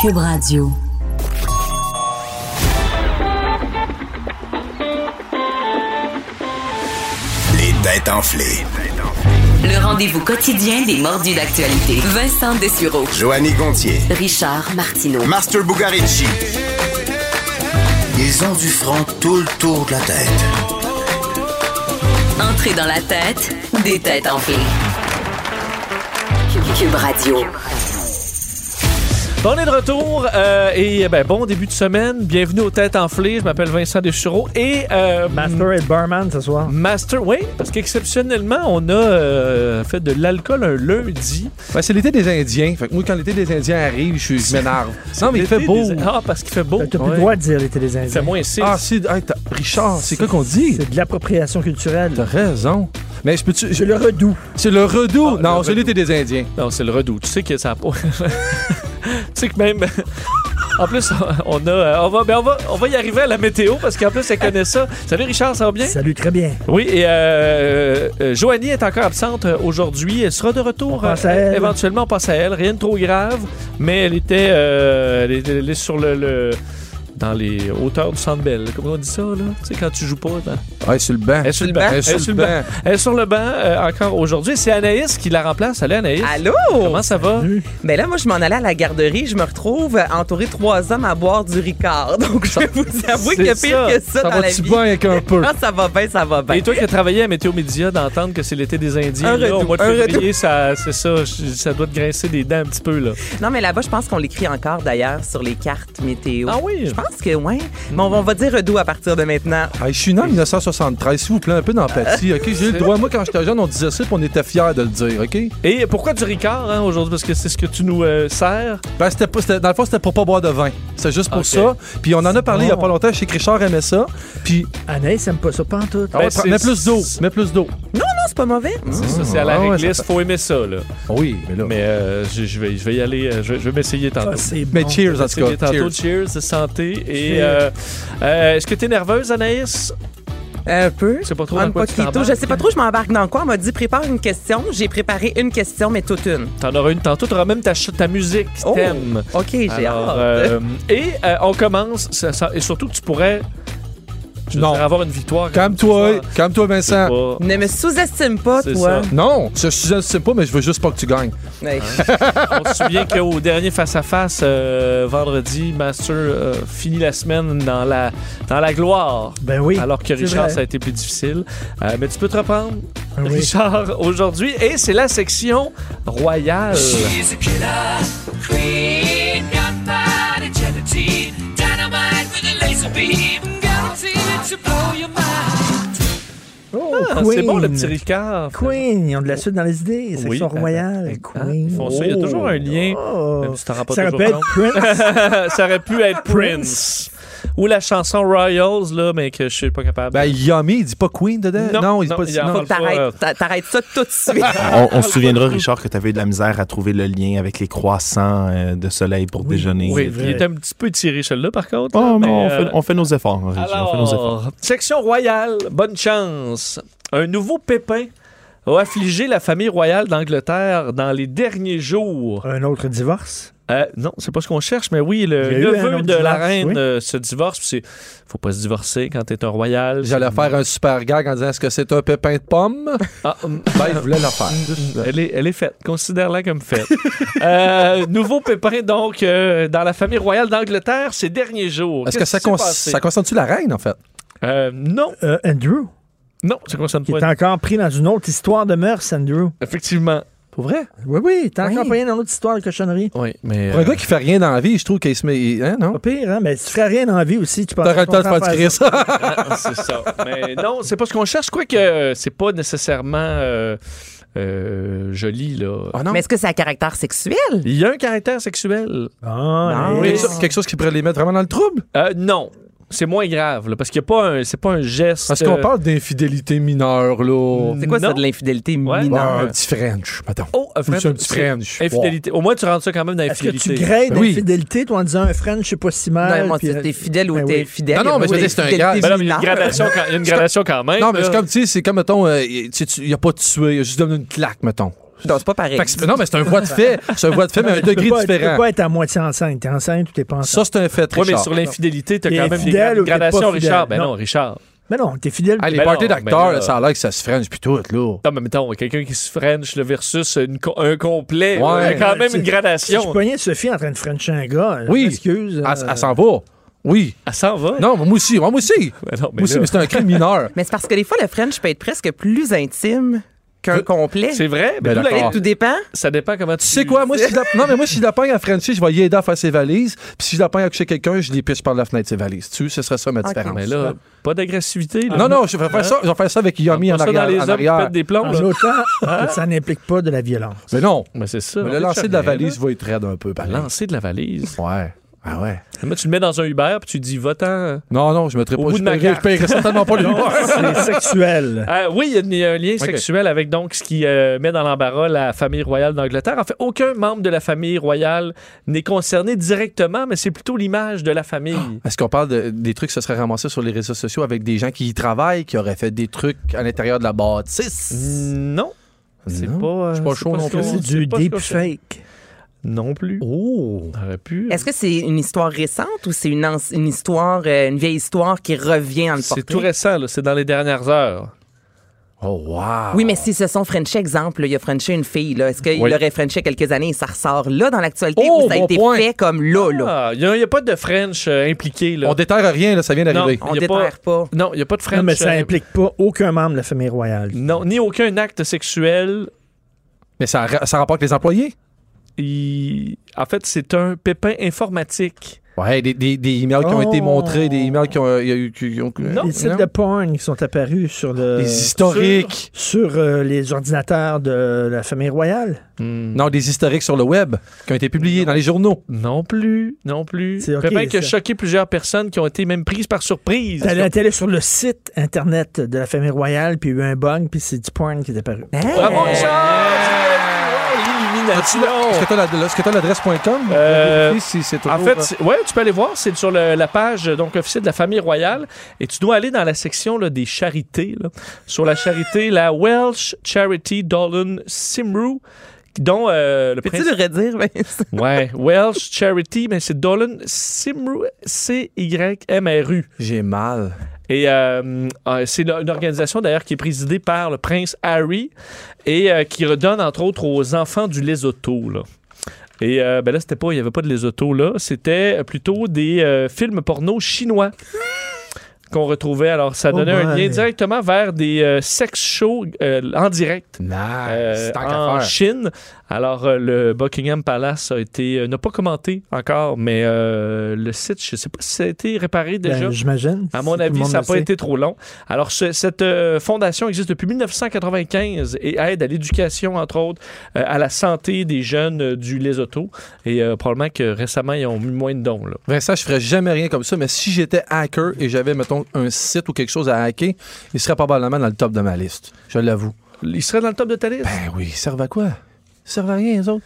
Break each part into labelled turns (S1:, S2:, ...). S1: Cube Radio.
S2: Les têtes enflées.
S1: Le rendez-vous quotidien des mordus d'actualité. Vincent Dessureau.
S2: Joanny Gontier.
S1: Richard Martineau.
S2: Master Bugarici. Ils ont du front tout le tour de la tête.
S1: Entrée dans la tête des têtes enflées. Cube- Cube Radio.
S3: On est de retour euh, et ben, bon début de semaine. Bienvenue aux Têtes Enflées. Je m'appelle Vincent Desureau et euh,
S4: Master et barman ce
S3: Mm.
S4: soir.
S3: Master. Oui, parce qu'exceptionnellement, on a euh, fait de l'alcool un lundi.
S5: Ben, c'est l'été des Indiens. Fait que moi, quand l'été des Indiens arrive, je suis- je m'énerve. Non, mais il fait
S3: L'été
S5: beau. Ben,
S3: des- Ah, parce qu'il fait beau.
S4: T'as plus
S3: Ouais.
S4: le droit de dire l'été des
S3: Il fait
S4: Indiens.
S3: moins 6.
S5: Ah, c'est. hey, t'as- Richard, c'est quoi qu'on dit?
S4: C'est de l'appropriation
S5: T'as
S4: culturelle.
S5: raison. Mais je peux-tu. je-
S4: Je le redoux.
S5: C'est le redout.
S3: Ah,
S5: non,
S3: le
S5: c'est l'été des Indiens.
S3: Non, c'est le redout. Tu sais que ça a pas. tu sais que même. En plus, on a, euh, on va, ben, on va, on va y arriver à la météo parce qu'en plus, elle connaît ça. Salut Richard, ça va bien?
S4: Salut, très bien.
S3: Oui, et euh, euh, Joanie est encore absente euh, aujourd'hui. Elle sera de retour.
S4: On pense à
S3: euh,
S4: elle.
S3: Éventuellement, on pense à elle. Rien de trop grave, mais elle était, euh, elle est, elle est sur le, le- dans les hauteurs du Centre Bell. Comment on dit ça, là? Tu sais, quand tu joues pas. dans-
S5: Ouais, sur le banc.
S3: Elle est sur le banc.
S5: Elle est sur le banc.
S3: Elle est sur le banc euh, encore aujourd'hui. C'est Anaïs qui la remplace. Salut Anaïs.
S6: Allô?
S3: Comment ça va?
S6: Mais là, moi, je m'en allais à la garderie. Je me retrouve euh, entourée de trois hommes à boire du Ricard. Donc, je vais vous avouer qu'il y a
S3: C'est
S6: pire
S3: ça.
S6: que ça,
S5: Ça
S6: dans la
S5: va-tu
S6: vie.
S5: bien avec un peu?
S6: Ah, ça va bien, ça va bien.
S3: Ben, Et toi qui as travaillé à Météo Média, d'entendre que c'est l'été des Indiens,
S6: Un
S3: là, au
S6: redout,
S3: mois de
S6: un
S3: février, ça, c'est ça, je- ça doit te grincer des dents un petit peu, là.
S6: Non, mais là-bas, je pense qu'on l'écrit encore, d'ailleurs, sur les cartes météo.
S3: Ah oui?
S6: Je pense que oui. Mais on, on va dire redoux à partir de maintenant.
S5: Ah, je suis né en 1973. S'il vous plaît, un peu d'empathie. OK, j'ai eu le droit. Moi, quand j'étais jeune, on disait ça et on était fiers de le dire. OK?
S3: Et pourquoi du Ricard hein, aujourd'hui? Parce que c'est ce que tu nous euh, sers.
S5: Ben, c'était pas, c'était- dans le fond, c'était pour pas boire de vin. C'est juste pour
S3: Ok.
S5: ça. Puis on en a parlé il y a
S4: bon. Ben,
S5: pas longtemps. Chez Richard aimait ça. Puis,
S4: Anaïs aime pas ça, pas en tout.
S5: Ah ouais,
S3: c'est-
S5: mets plus d'eau. Mets plus d'eau.
S6: Non, c'est pas mauvais. Mm.
S3: C'est ça, c'est à la
S5: Ah ouais,
S3: réglisse.
S5: ça
S3: Faut aimer ça, là.
S5: Oui, mais là.
S3: Mais euh, je, je vais, je vais y aller. euh, Je, vais- je vais m'essayer tantôt.
S4: Ah, c'est bon.
S5: Mais cheers, en
S3: Parce que
S5: tout
S3: j'ai
S5: cas.
S3: tantôt
S5: Cheers.
S3: cheers, santé. Et
S4: Cheers.
S3: euh, euh, est-ce que t'es nerveuse, Anaïs?
S6: Un peu.
S3: Je sais pas trop
S6: Un
S3: dans quoi tu
S6: poquito.
S3: t'embarques.
S6: Je sais pas trop, je m'embarque dans quoi. On m'a dit, prépare une question. J'ai préparé une question, mais toute une.
S3: T'en auras une tantôt. T'auras même ta, ch- ta musique qui
S6: Oh,
S3: t'aime.
S6: OK, j'ai hâte.
S3: Alors, euh, et euh, on commence. ça- ça- et surtout que tu pourrais je veux
S5: Non.
S3: dire, avoir une victoire.
S5: Calme-toi. Ah. Calme-toi, Vincent.
S3: Pas...
S6: Ne me sous-estime pas,
S3: C'est
S6: toi.
S5: Non, je sous-estime pas, mais je veux juste pas que tu gagnes.
S6: Ouais.
S3: Hein? On se souvient qu'au dernier face-à-face, euh, vendredi, Master euh, finit la semaine dans la, dans la gloire.
S4: Ben oui.
S3: Alors que
S4: c'est
S3: Richard,
S4: vrai.
S3: ça a été plus difficile. Euh, mais tu peux te reprendre,
S4: Ah oui.
S3: Richard, aujourd'hui. Et c'est la section royale.
S4: Oh,
S3: Ah,
S4: Queen.
S3: c'est bon, le petit Ricard.
S4: Queen, ils ont de la suite dans les idées.
S3: Oui,
S4: Section
S3: ben,
S4: royale.
S3: ben,
S4: Queen.
S3: ils font ça, il y a toujours un lien,
S4: Oh.
S3: Même si t'en rends pas
S4: ça
S3: toujours
S4: rappelle
S3: compte.
S4: Prince.
S3: ça aurait pu être Prince. Ou la chanson Royals, là, mais que je suis pas capable.
S5: Ben, Yummy, il dit pas Queen dedans? il dit pas
S3: il en
S5: non.
S3: parle pas, euh,
S6: T'arrêtes t'a- t'arrêtes ça tout de suite.
S7: On, on se souviendra, Richard, que tu avais eu de la misère à trouver le lien avec les croissants euh, de soleil pour déjeuner.
S3: Oui, il est un petit peu tiré celle-là, par contre. là,
S7: Oh, mais on,
S3: euh,
S7: fait, on fait nos efforts, Richard. on fait nos efforts.
S3: Alors, section royale, bonne chance. Un nouveau pépin a affligé la famille royale d'Angleterre dans les derniers jours.
S4: un autre divorce.
S3: Euh, non, c'est pas ce qu'on cherche, mais oui, le
S4: Il y a eu un
S3: neveu
S4: autre
S3: de la
S4: divorce,
S3: reine
S4: oui.
S3: euh, se divorce. puis c'est- Faut pas se divorcer quand t'es un royal.
S5: J'allais faire un super gag en disant est-ce que c'est un pépin de pomme?
S3: Ah, hum.
S5: Ben, il voulait le faire. Juste, euh,
S3: Elle est, elle est faite. Considère-la comme faite. Euh, nouveau pépin, donc, euh, dans la famille royale d'Angleterre ces derniers jours.
S5: Est-ce que
S3: Qu'est-ce
S5: ça,
S3: qui s'est
S5: con-
S3: passé?
S5: ça concerne-tu la reine, en fait?
S3: Euh, non,
S4: Euh, Andrew,
S3: non, ça concerne
S4: qui
S3: pas.
S4: est encore pris dans une autre histoire de mœurs, Andrew.
S3: Effectivement. Pour vrai?
S4: Oui, oui, il est encore
S6: Oui.
S4: pris dans une autre histoire de cochonnerie.
S3: Oui, mais.
S5: Pour un gars qui fait rien dans la vie, je trouve qu'il se met. il- Hein, non?
S4: Pas pire, hein? Mais tu ferais rien dans la vie aussi. Tu
S5: T'aurais le temps de faire du Chris.
S3: Ah, c'est ça. Mais non, c'est pas ce qu'on cherche. Quoique, euh, c'est pas nécessairement euh, euh, joli, là.
S5: Ah non?
S6: Mais est-ce que c'est à caractère sexuel?
S3: Il y a un caractère sexuel.
S4: Ah,
S6: Non.
S4: mais-
S5: Quelque chose- quelque chose qui pourrait les mettre vraiment dans le trouble?
S3: Euh, non. C'est moins grave, là, parce qu'il n'y a pas un, c'est pas un geste.
S5: Parce qu'on
S3: euh,
S5: parle d'infidélité mineure, là.
S6: C'est quoi ça
S3: Non.
S6: de l'infidélité
S3: Ouais.
S5: Ouais,
S6: mineure?
S5: un petit French, mettons.
S3: Oh, un
S5: Ou
S3: French,
S5: c'est un petit
S3: c'est
S5: French.
S3: Infidélité. Au moins, tu rentres ça quand même dans
S4: Est-ce que
S3: l'infidélité.
S4: tu grades
S5: Ben oui.
S4: l'infidélité, toi, en disant un French, c'est pas si mal?
S6: Non, moi,
S4: puis,
S6: tu-
S4: euh,
S6: t'es fidèle ou
S4: ben
S6: t'es
S4: oui.
S6: fidèle.
S5: Non, non, mais je veux dire, c'est un grave-
S3: Ben non, mais il y a une gradation quand, il y a une gradation quand même.
S5: Non, mais c'est
S3: là.
S5: comme, tu sais, c'est comme, mettons, euh, tu sais, tu- il a pas tué, il a juste donné une claque, mettons.
S6: Non, c'est pas pareil.
S5: Fait que c'est- non, mais c'est un voie de fait. C'est un voie de fait, mais à un
S4: Tu
S5: degré
S4: peux, pas, tu peux
S5: différent.
S4: pas être à moitié enceinte. T'es enceinte ou t'es pas enceinte?
S5: Ça, c'est un fait,
S3: Ouais, mais
S5: Richard.
S3: sur l'infidélité, t'as
S4: T'es
S3: quand même des
S4: fidèle
S3: gra-
S4: ou t'es pas
S3: gradations,
S4: fidèle?
S3: Richard. Ben
S4: Non.
S3: non, Richard.
S4: Mais non, t'es fidèle.
S5: Ah, les
S3: Ben
S5: parties
S3: non, ben
S5: d'acteurs,
S3: là.
S5: là, ça a l'air que ça se French, puis tout, là.
S3: Non, mais mettons, quelqu'un qui se French le versus une co- un complet.
S5: Ouais.
S3: Il y a quand même
S4: Tu-
S3: une
S4: Euh, Si je
S3: gradation.
S4: pognais Sophie en train de Frencher un gars,
S5: Oui. Ah,
S4: je m'excuse.
S5: Elle,
S4: euh,
S5: elle s'en va. Oui.
S3: Elle s'en Ah, va.
S5: Non, moi aussi, moi aussi.
S3: Ben non, mais
S5: moi aussi,
S3: là,
S5: mais c'est un crime mineur.
S6: Mais c'est parce que des fois, le French peut être presque plus intime qu'un complet.
S3: c'est vrai. mais
S5: Ben
S3: d'où la-
S5: d'accord.
S6: Tout dépend.
S3: Ça dépend comment tu.
S5: Tu sais quoi, moi, si je la... non, mais moi, si je la pogne à Frenchie, je vais y aider à faire ses valises. Puis si je la pogne à coucher quelqu'un, je les piche par la fenêtre, ses valises. Tu sais, ce serait ça ma différence.
S3: Mais là, pas d'agressivité. là.
S5: Ah. non, non, je vais faire ça, je vais faire ça avec Yomi
S3: Pas
S5: en
S3: ça dans
S5: arrière.
S3: les
S5: en
S3: hommes qui
S5: arrière. Ah,
S3: pètent des plombs.
S4: en
S3: là.
S4: autant que ça n'implique pas de la violence.
S5: Mais non.
S3: Mais c'est ça. Ben,
S5: Mais le lancer de la valise va être raide un peu, par exemple.
S3: Lancer de la valise.
S5: Ouais. Ah ouais.
S3: Moi, tu le mets dans un Uber puis tu dis va-t'en.
S5: Non, non, je mettrais pas.
S3: bout
S5: je
S3: de ma
S5: paierais-
S3: carte.
S5: je paierais certainement pas le
S4: C'est sexuel.
S3: Ah, oui, il y a- il y, a un lien sexuel avec donc ce qui euh, met dans l'embarras la famille royale d'Angleterre. En fait, aucun membre de la famille royale n'est concerné directement, mais c'est plutôt l'image de la famille.
S5: Est-ce qu'on parle de- des trucs qui se seraient ramassés sur les réseaux sociaux avec des gens qui y travaillent, qui auraient fait des trucs à l'intérieur de la bâtisse?
S3: Non. C'est pas.
S5: Non.
S3: euh,
S5: Je suis pas
S3: c'est
S5: chaud non
S3: ce
S5: plus.
S3: qu'on-
S4: C'est du
S3: pas ce qu'on fait.
S4: deepfake.
S3: Non plus.
S5: Oh!
S3: On aurait pu.
S6: Est-ce que c'est une histoire récente ou c'est une, anci- une histoire, euh, une vieille histoire qui revient en le portrait?
S3: C'est tout récent, là. c'est dans les dernières heures.
S5: Oh, wow!
S6: Oui, mais si ce sont Frenchés, exemple, là, il a Frenché une fille, là, est-ce qu'il
S5: Oui.
S6: aurait Frenché quelques années et ça ressort là dans l'actualité
S5: Oh,
S6: ou ça a
S5: bon
S6: été
S5: point.
S6: fait comme là, là?
S3: Ah, Il n'y a, il y a pas de French euh, impliqué. Là.
S5: On déterre rien, là, ça vient
S3: non,
S5: d'arriver.
S6: On
S3: il y a pas-
S6: déterre pas.
S3: Non, il n'y a pas de French.
S4: Non, mais ça
S3: euh,
S4: implique pas aucun membre de la famille royale.
S3: Non, ni aucun acte sexuel.
S5: Mais ça, ra- ça rapporte les employés?
S3: Il- En fait, c'est un pépin informatique.
S5: Ouais, des, des, des emails qui ont été
S4: Oh.
S5: montrés, des emails qui ont. il y a eu- qui ont-
S3: Non. Euh,
S4: Les sites de porn qui sont apparus sur le.
S5: Des historiques.
S4: Sur euh, les ordinateurs de la famille royale.
S5: Non, des historiques sur le web qui ont été publiés dans les journaux.
S3: Non plus, non plus.
S4: C'est ok,
S3: pépin qui a
S4: ça.
S3: choqué plusieurs personnes qui ont été même prises par surprise. Ah,
S4: T'allais t'allais sur le site internet de la famille royale, puis il y a eu un bug, puis c'est du porn qui est apparu.
S6: Hey!
S3: Bravo, Richard!
S5: As-tu la- Est-ce que t'as la- le- est-ce que tu as l'adresse.com?
S3: Euh,
S5: Si c'est
S3: En
S5: toujours,
S3: fait,
S5: euh,
S3: c'est- ouais, tu peux aller voir, c'est sur le- la page euh, donc officielle de la famille royale et tu dois aller dans la section là, des charités. là. Sur la charité, la Welsh Charity Dolan Simru, dont euh, le
S6: Peux-tu
S3: prince...
S6: le redire, Vincent?
S3: Ouais, Welsh Charity, mais c'est Dolan Simru, C-Y-M-R-U.
S5: J'ai mal.
S3: Et euh, euh, c'est une organisation d'ailleurs qui est présidée par le prince Harry et euh, qui redonne entre autres aux enfants du Lesotho. Là. Et euh, ben là, c'était pas, il n'y avait pas de Lesotho là, c'était plutôt des euh, films porno chinois qu'on retrouvait. Alors ça
S4: Oh
S3: donnait un
S4: boy.
S3: lien directement vers des euh, sex shows euh, en direct.
S5: Nice.
S3: euh,
S5: tant qu'à
S3: en
S5: faire.
S3: Chine. Alors, euh, le Buckingham Palace a été euh, n'a pas commenté encore, mais euh, le site, je sais pas si ça a été réparé
S4: Ben,
S3: déjà.
S4: J'imagine.
S3: À
S4: si
S3: mon
S4: tout le
S3: avis,
S4: monde
S3: ça n'a
S4: le
S3: pas
S4: sait.
S3: été trop long. Alors, ce- cette euh, fondation existe depuis 1995 et aide à l'éducation, entre autres, euh, à la santé des jeunes euh, du Lesotho. Et euh, probablement que récemment, ils ont mis moins de dons. Là.
S5: Vincent, je ferais jamais rien comme ça, mais si j'étais hacker et j'avais, mettons, un site ou quelque chose à hacker, il serait probablement dans le top de ma liste. Je l'avoue.
S3: Ils seraient dans le top de ta liste?
S5: Ben oui, ils servent à quoi? Ils servent à rien, les autres.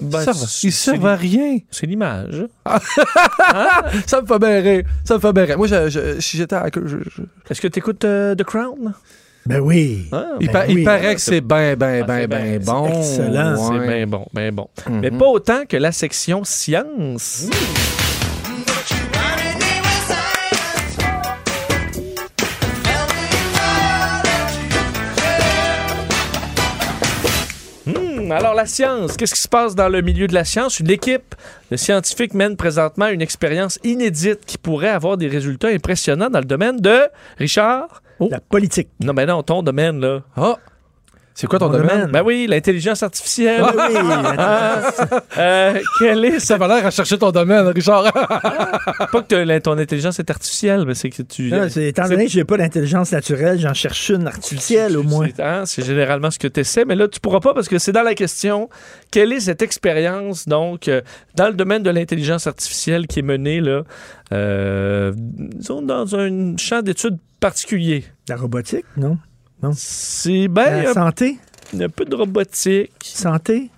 S3: Ben,
S5: ils servent,
S3: c'est-
S5: ils servent à rien.
S3: C'est l'image.
S5: Ça me fait bien rire. Ça me fait bien rire. Moi, je- je- si j'étais hacker, je- je-
S3: Est-ce que tu écoutes The Crown?
S4: Ben oui.
S3: Ah,
S5: il,
S4: Ben
S5: pa- il
S4: oui.
S5: paraît que c'est ben, ben,
S3: Ah,
S5: ben,
S3: c'est
S5: ben,
S3: ben- c'est
S5: bon.
S4: excellent.
S3: C'est
S5: Ouais.
S3: bien bon, bien bon. Mais pas autant que la section science. Hmm, Alors, la science, qu'est-ce qui se passe dans le milieu de la science? Une équipe de scientifiques mène présentement une expérience inédite qui pourrait avoir des résultats
S4: Oh.
S3: impressionnants dans le domaine de... Richard?
S4: La politique.
S3: Non, mais non, ton domaine, là.
S5: Ah, C'est quoi ton
S4: Mon
S5: domaine?
S4: domaine.
S3: Ben oui, l'intelligence artificielle.
S4: Ben Oui,
S3: ah,
S4: attends.
S3: Euh, quelle est
S5: Ça
S3: ça?
S5: va l'air à chercher ton domaine, Richard.
S3: Pas que t'as- ton intelligence est artificielle, mais c'est que tu.
S4: Non, c'est- étant donné que j'ai pas d'intelligence naturelle, j'en cherche une artificielle au moins.
S3: C'est hein, c'est généralement ce que tu essaies, mais là, tu pourras pas parce que c'est dans la question. Quelle est cette expérience, donc, euh, dans le domaine de l'intelligence artificielle qui est menée, là, euh, disons, dans un champ d'études particulier?
S4: La robotique, non?
S3: C'est ben
S4: La
S3: un,
S4: santé?
S3: un peu de robotique.
S4: Santé?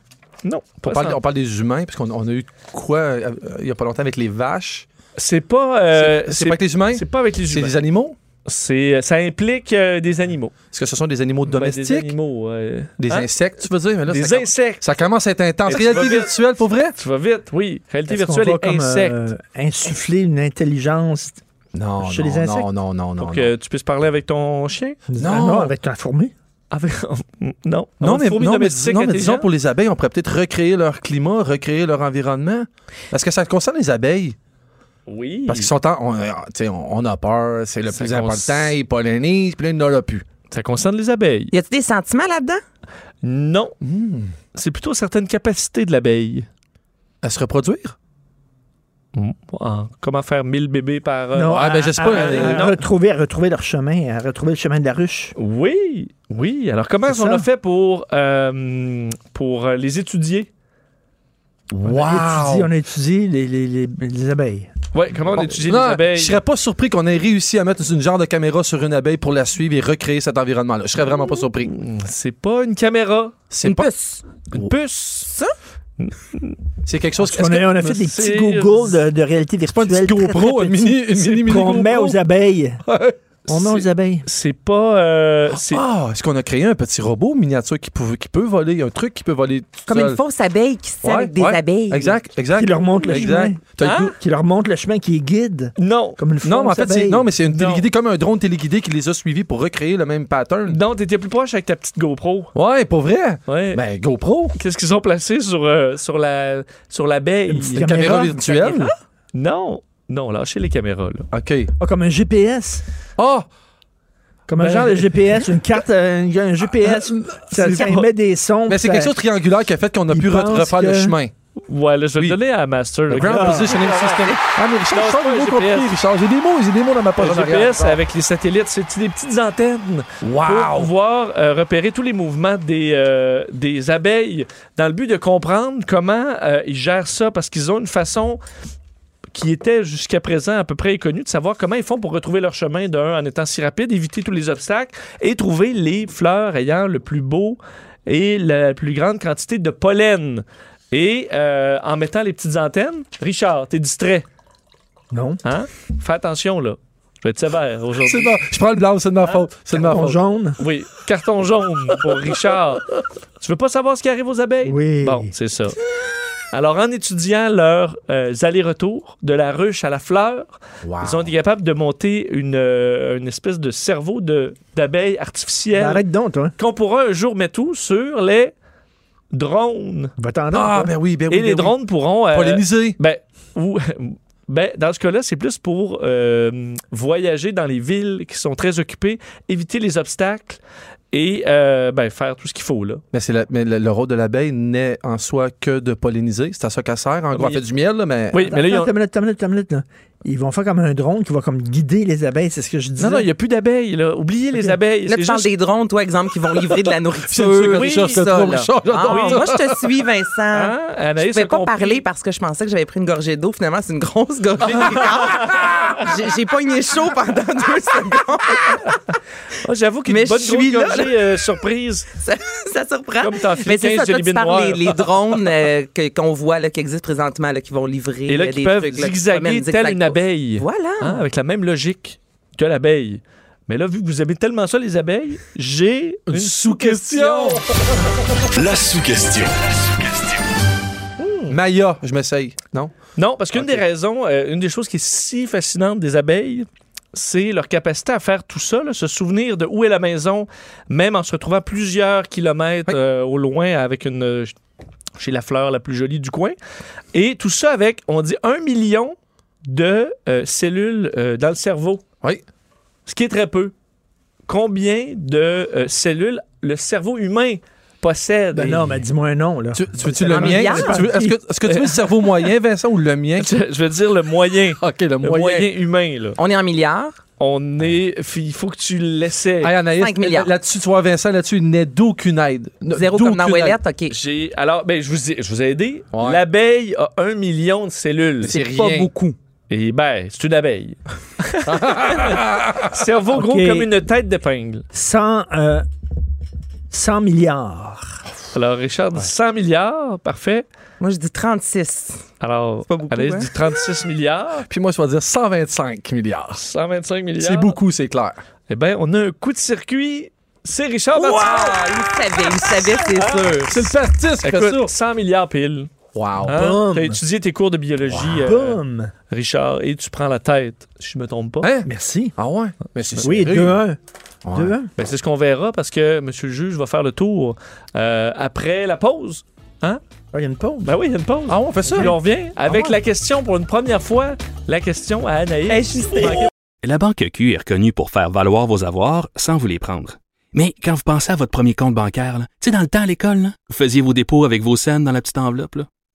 S3: Non,
S5: On
S3: pas
S5: parle,
S3: ça.
S5: on parle des humains, parce qu'on on a eu quoi euh, il y a pas longtemps avec les vaches.
S3: C'est pas, euh,
S5: c'est, c'est
S3: c'est
S5: pas avec les humains?
S3: c'est pas avec les
S5: C'est
S3: humains.
S5: des animaux?
S3: C'est- Ça implique euh, des animaux.
S5: Est-ce que ce sont des animaux
S3: Ben,
S5: domestiques?
S3: des animaux. euh,
S5: Des
S3: hein?
S5: insectes, tu veux dire? Mais là,
S3: Des
S5: ça,
S3: insectes.
S5: ça commence à être intense.
S3: Et tu vas
S5: Réalité
S3: vite.
S5: virtuelle, pour vrai?
S3: Tu vas vite, oui. Réalité
S4: Est-ce qu'on
S3: virtuelle
S4: va
S3: et
S4: comme,
S3: insectes.
S4: euh, insuffler une intelligence
S5: Non,
S4: Chez
S5: non,
S4: les insectes?
S5: non, non, non, non.
S3: Pour
S5: non.
S3: que tu puisses parler avec ton chien.
S4: Ah
S5: Non.
S4: non, avec ta fourmi.
S3: Avec... Non.
S5: Non,
S3: Ah, Une
S5: mais,
S3: fourmi
S5: non, mais,
S3: domestique
S5: non, mais disons
S3: intelligente?
S5: pour les abeilles, on pourrait peut-être recréer leur climat, recréer leur environnement. Parce que ça concerne les abeilles.
S3: Oui.
S5: Parce qu'ils sont en. On, euh, tu sais, on- on a peur, c'est le
S3: Ça
S5: plus
S3: cons-
S5: important, ils pollinisent, puis là, il n'en a plus.
S3: Ça concerne les abeilles.
S6: Y a-tu des sentiments là-dedans?
S3: Non. C'est plutôt certaines capacités de l'abeille.
S5: À se reproduire?
S3: En- Ah, Comment faire 1000 bébés par... euh,
S4: non,
S5: ah,
S4: à,
S5: ben, je sais
S4: à-
S5: pas,
S4: à-
S5: euh,
S4: à retrouver, à retrouver leur chemin, à retrouver le chemin de la ruche.
S3: Oui. Oui. Alors, comment
S4: C'est
S3: on
S4: ça.
S3: a fait pour, euh, pour euh, les étudier?
S4: On a étudié, on a étudié les, les- les- les abeilles.
S3: Oui, comment on étudie les
S5: Non,
S3: abeilles?
S5: Je serais pas surpris qu'on ait réussi à mettre une genre de caméra sur une abeille pour la suivre et recréer cet environnement-là. Je serais vraiment pas surpris.
S3: C'est pas une caméra.
S5: C'est pas-
S6: puce.
S3: Une puce.
S5: c'est quelque chose.
S4: On
S5: est-ce que-
S4: a, on a fait des
S3: c'est-
S4: petits Google de, de réalité
S5: pas une
S4: virtuelle.
S5: petite
S4: très, très
S5: GoPro, une
S4: petits
S5: mini, une mini, mini
S4: Qu'on met
S5: GoPro?
S4: aux abeilles. On met
S3: C'est-
S4: aux abeilles.
S3: C'est pas... euh, c'est-
S5: Ah, est-ce qu'on a créé un petit robot miniature qui peut, qui peut voler, un truc qui peut voler tout
S6: Comme
S5: seul?
S6: une fausse abeille qui se tient
S5: Ouais,
S6: avec des
S5: ouais,
S6: abeilles.
S5: Exact, exact.
S4: Qui leur montre le
S5: exact.
S4: chemin.
S5: T'as le
S3: Hein?
S5: goût-
S4: Qui leur montre le chemin, qui les guide.
S3: Non.
S4: Comme une
S5: Non, mais en
S4: fausse
S5: fait, c'est,
S4: abeille.
S5: non, mais c'est une
S3: Non.
S5: téléguidée comme un drone téléguidé qui les a suivis pour recréer le même pattern.
S3: Non, t'étais plus proche avec ta petite GoPro.
S5: Ouais, pour vrai.
S3: Ouais.
S5: Ben, GoPro,
S3: Qu'est-ce qu'ils ont placé sur, euh, sur la sur l'abeille?
S4: petite
S5: une caméra,
S4: caméra.
S5: virtuelle.
S3: Non, non, lâchez les caméras. Là.
S5: OK.
S4: Ah, comme un GPS.
S5: Ah,
S4: Comme
S3: Ben-
S4: un genre de GPS, une carte, euh, un, un GPS. ça, ça émet des sons.
S5: mais Ah, c'est
S4: ça-
S5: quelque chose de triangulaire qui a fait qu'on a
S4: Ils
S5: pu re-
S4: pensent
S5: refaire le
S4: que-
S5: chemin.
S3: Ouais, là, je vais
S5: Oui.
S3: le donner à Master.
S5: Le
S3: là.
S5: ground positioning system. Ah,
S3: Non,
S5: mais Richard, je
S3: c'est
S5: parle
S3: pas
S5: des
S3: un
S5: mots compliqués,
S3: GPS.
S5: Richard. J'ai des mots, j'ai des mots dans ma poche.
S3: Le GPS avec les satellites, c'est des petites antennes pour
S5: Wow!
S3: pouvoir euh, repérer tous les mouvements des, euh, des abeilles dans le but de comprendre comment euh, ils gèrent ça parce qu'ils ont une façon qui était jusqu'à présent à peu près inconnue de savoir comment ils font pour retrouver leur chemin d'un en étant si rapide, éviter tous les obstacles et trouver les fleurs ayant le plus beau et la plus grande quantité de pollen. Et euh, en mettant les petites antennes, Richard, t'es distrait.
S4: Non.
S3: Hein? Fais attention, là. Je vais être sévère
S5: C'est
S3: aujourd'hui.
S5: de ma- Je prends le blanc, c'est de
S3: hein?
S5: ma faute. C'est de ma
S4: Carton
S5: faute.
S4: jaune.
S3: Oui, carton jaune pour Richard. Tu veux pas savoir ce qui arrive aux abeilles?
S4: Oui.
S3: Bon, c'est ça. Alors, en étudiant leurs euh, allers-retours de la ruche à la fleur, ils ont été capables de monter une, euh, une espèce de cerveau de- d'abeilles
S4: Ben,
S3: artificielles
S4: arrête donc, toi.
S3: qu'on pourra un jour mettre tout sur les drones.
S4: Va-t'en donc,
S5: Ah,
S4: toi.
S5: ben oui, ben oui.
S3: Et les
S5: ben oui.
S3: drones pourront... euh,
S5: Polliniser.
S3: ben, ou, ben, dans ce cas-là, c'est plus pour euh, voyager dans les villes qui sont très occupées, éviter les obstacles et euh, ben, faire tout ce qu'il faut. Là.
S5: Mais, c'est la- mais le, le rôle de l'abeille n'est en soi que de polliniser. C'est à ça qu'elle sert. En gros,
S3: Oui.
S5: elle fait du miel, là, mais.
S3: Oui, mais là, il y a-
S4: Attends, attends, attends, attends, attends, attends. Ils vont faire comme un drone qui va comme guider les abeilles, c'est ce que je disais.
S3: non, non, il n'y a plus d'abeilles. là. Oubliez les abeilles.
S6: Là, tu
S3: c'est
S6: parles
S3: juste-
S6: des drones, toi, exemple, qui vont livrer de la nourriture.
S5: sûr que
S6: Oui,
S5: Richard se
S6: ça,
S5: trompe,
S6: là.
S5: Richard, j'adore
S6: Ah,
S3: ça.
S6: Moi, je te suis, Vincent.
S3: Hein?
S6: Je
S3: Anaïs
S6: pouvais
S3: a
S6: pas
S3: compris.
S6: parler parce que je pensais que j'avais pris une gorgée d'eau. Finalement, c'est une grosse gorgée de Ricard. J'ai- J'ai pogné chaud pendant deux secondes.
S3: Ah, J'avoue qu'une
S6: Mais
S3: bonne
S6: je suis
S3: grosse
S6: là,
S3: gorgée, euh, surprise.
S6: Ça, ça surprend.
S3: Comme t'en files
S6: Mais c'est
S3: 15
S6: ça, toi,
S3: Jelly
S6: tu
S3: Bean
S6: parles des
S3: noires.
S6: les drones euh, que- qu'on voit, là, qui existent présentement, là, qui vont livrer
S3: Et là,
S6: euh,
S3: qui
S6: des
S3: peuvent
S6: trucs, là, qui se
S3: zigzaguer
S6: promènent,
S3: telle
S6: zigzag
S3: une
S6: pas.
S3: abeille.
S6: Voilà.
S3: Hein, avec la même logique que l'abeille. Mais là, vu que vous aimez tellement ça, les abeilles, j'ai une sous-question.
S2: La sous-question.
S5: Maya, je m'essaye. Non?
S3: Non, parce qu'une des raisons, euh, une des choses qui est si fascinante des abeilles, c'est leur capacité à faire tout ça, là, se souvenir de où est la maison, même en se retrouvant plusieurs kilomètres euh, au loin avec une euh, ch- chez la fleur la plus jolie du coin. Et tout ça avec, on dit, un million de euh, cellules euh, dans le cerveau,
S5: Oui.
S3: ce qui est très peu. Combien de euh, cellules le cerveau humain possède.
S4: Ben
S3: Et-
S4: non, mais dis-moi un nom, là.
S5: Tu, tu veux-tu le
S6: un
S5: mien?
S6: milliard.
S5: Tu veux- Est-ce que, est-ce que tu veux le cerveau moyen, Vincent, ou le mien?
S3: je, je veux dire le moyen.
S5: OK, le
S3: Le
S5: moyen.
S3: moyen humain, là.
S6: On est en milliards.
S3: On est. f- Il faut que tu l'essaies.
S5: Hey, Anaïs,
S6: Cinq milliards.
S5: là-dessus, tu vois, Vincent, là-dessus, il n'est d'aucune aide. Ne-
S6: Zéro comme dans
S5: d'aucune aide.
S6: Ouellette, OK.
S3: J'ai. Alors, ben, je vous ai, je vous ai aidé.
S5: Ouais.
S3: L'abeille a un million de cellules.
S5: C'est
S3: pas
S5: rien.
S3: beaucoup. Et ben, c'est une abeille. Cerveau
S4: Ok.
S3: gros comme une tête d'épingle.
S4: 100, euh, 100 milliards.
S3: Alors, Richard dit 100 milliards. Parfait.
S6: Moi, je dis 36.
S3: Alors,
S6: pas beaucoup,
S3: Anaïs
S6: hein?
S3: dit 36 milliards.
S5: Puis moi, je vais dire 125 milliards.
S3: 125 milliards.
S5: C'est beaucoup, c'est clair.
S3: Eh bien, on a un coup de circuit. C'est Richard
S6: Ah,
S3: Martineau.
S6: il savait, il savait, c'est sûr.
S5: C'est le artiste qui fait ça.
S3: Écoute, 100 milliards pile.
S5: Wow.
S3: Hein?
S4: Boum.
S3: T'as étudié tes cours de biologie, euh,
S4: Ah, Boum!
S3: Richard, et tu prends la tête, si je me trompe pas.
S5: Hein?
S4: Merci.
S5: Ah ouais? Mais c'est
S4: Oui,
S5: sérieux.
S4: 2-1.
S5: Ouais.
S4: 2-1.
S3: Ben, c'est ce qu'on verra parce que Monsieur le juge va faire le tour euh, après la pause.
S4: Ah, Il y a une pause.
S3: Ben oui, il y a une pause.
S5: Ah ouais, on fait ça?
S3: Puis on revient avec
S5: ouais?
S3: la question pour une première fois, la question à Anaïs.
S6: Hey, je suis
S8: La Banque Q est reconnue pour faire valoir vos avoirs sans vous les prendre. Mais quand vous pensez à votre premier compte bancaire, là, tu sais, dans le temps à l'école, là, vous faisiez vos dépôts avec vos scènes dans la petite enveloppe. là.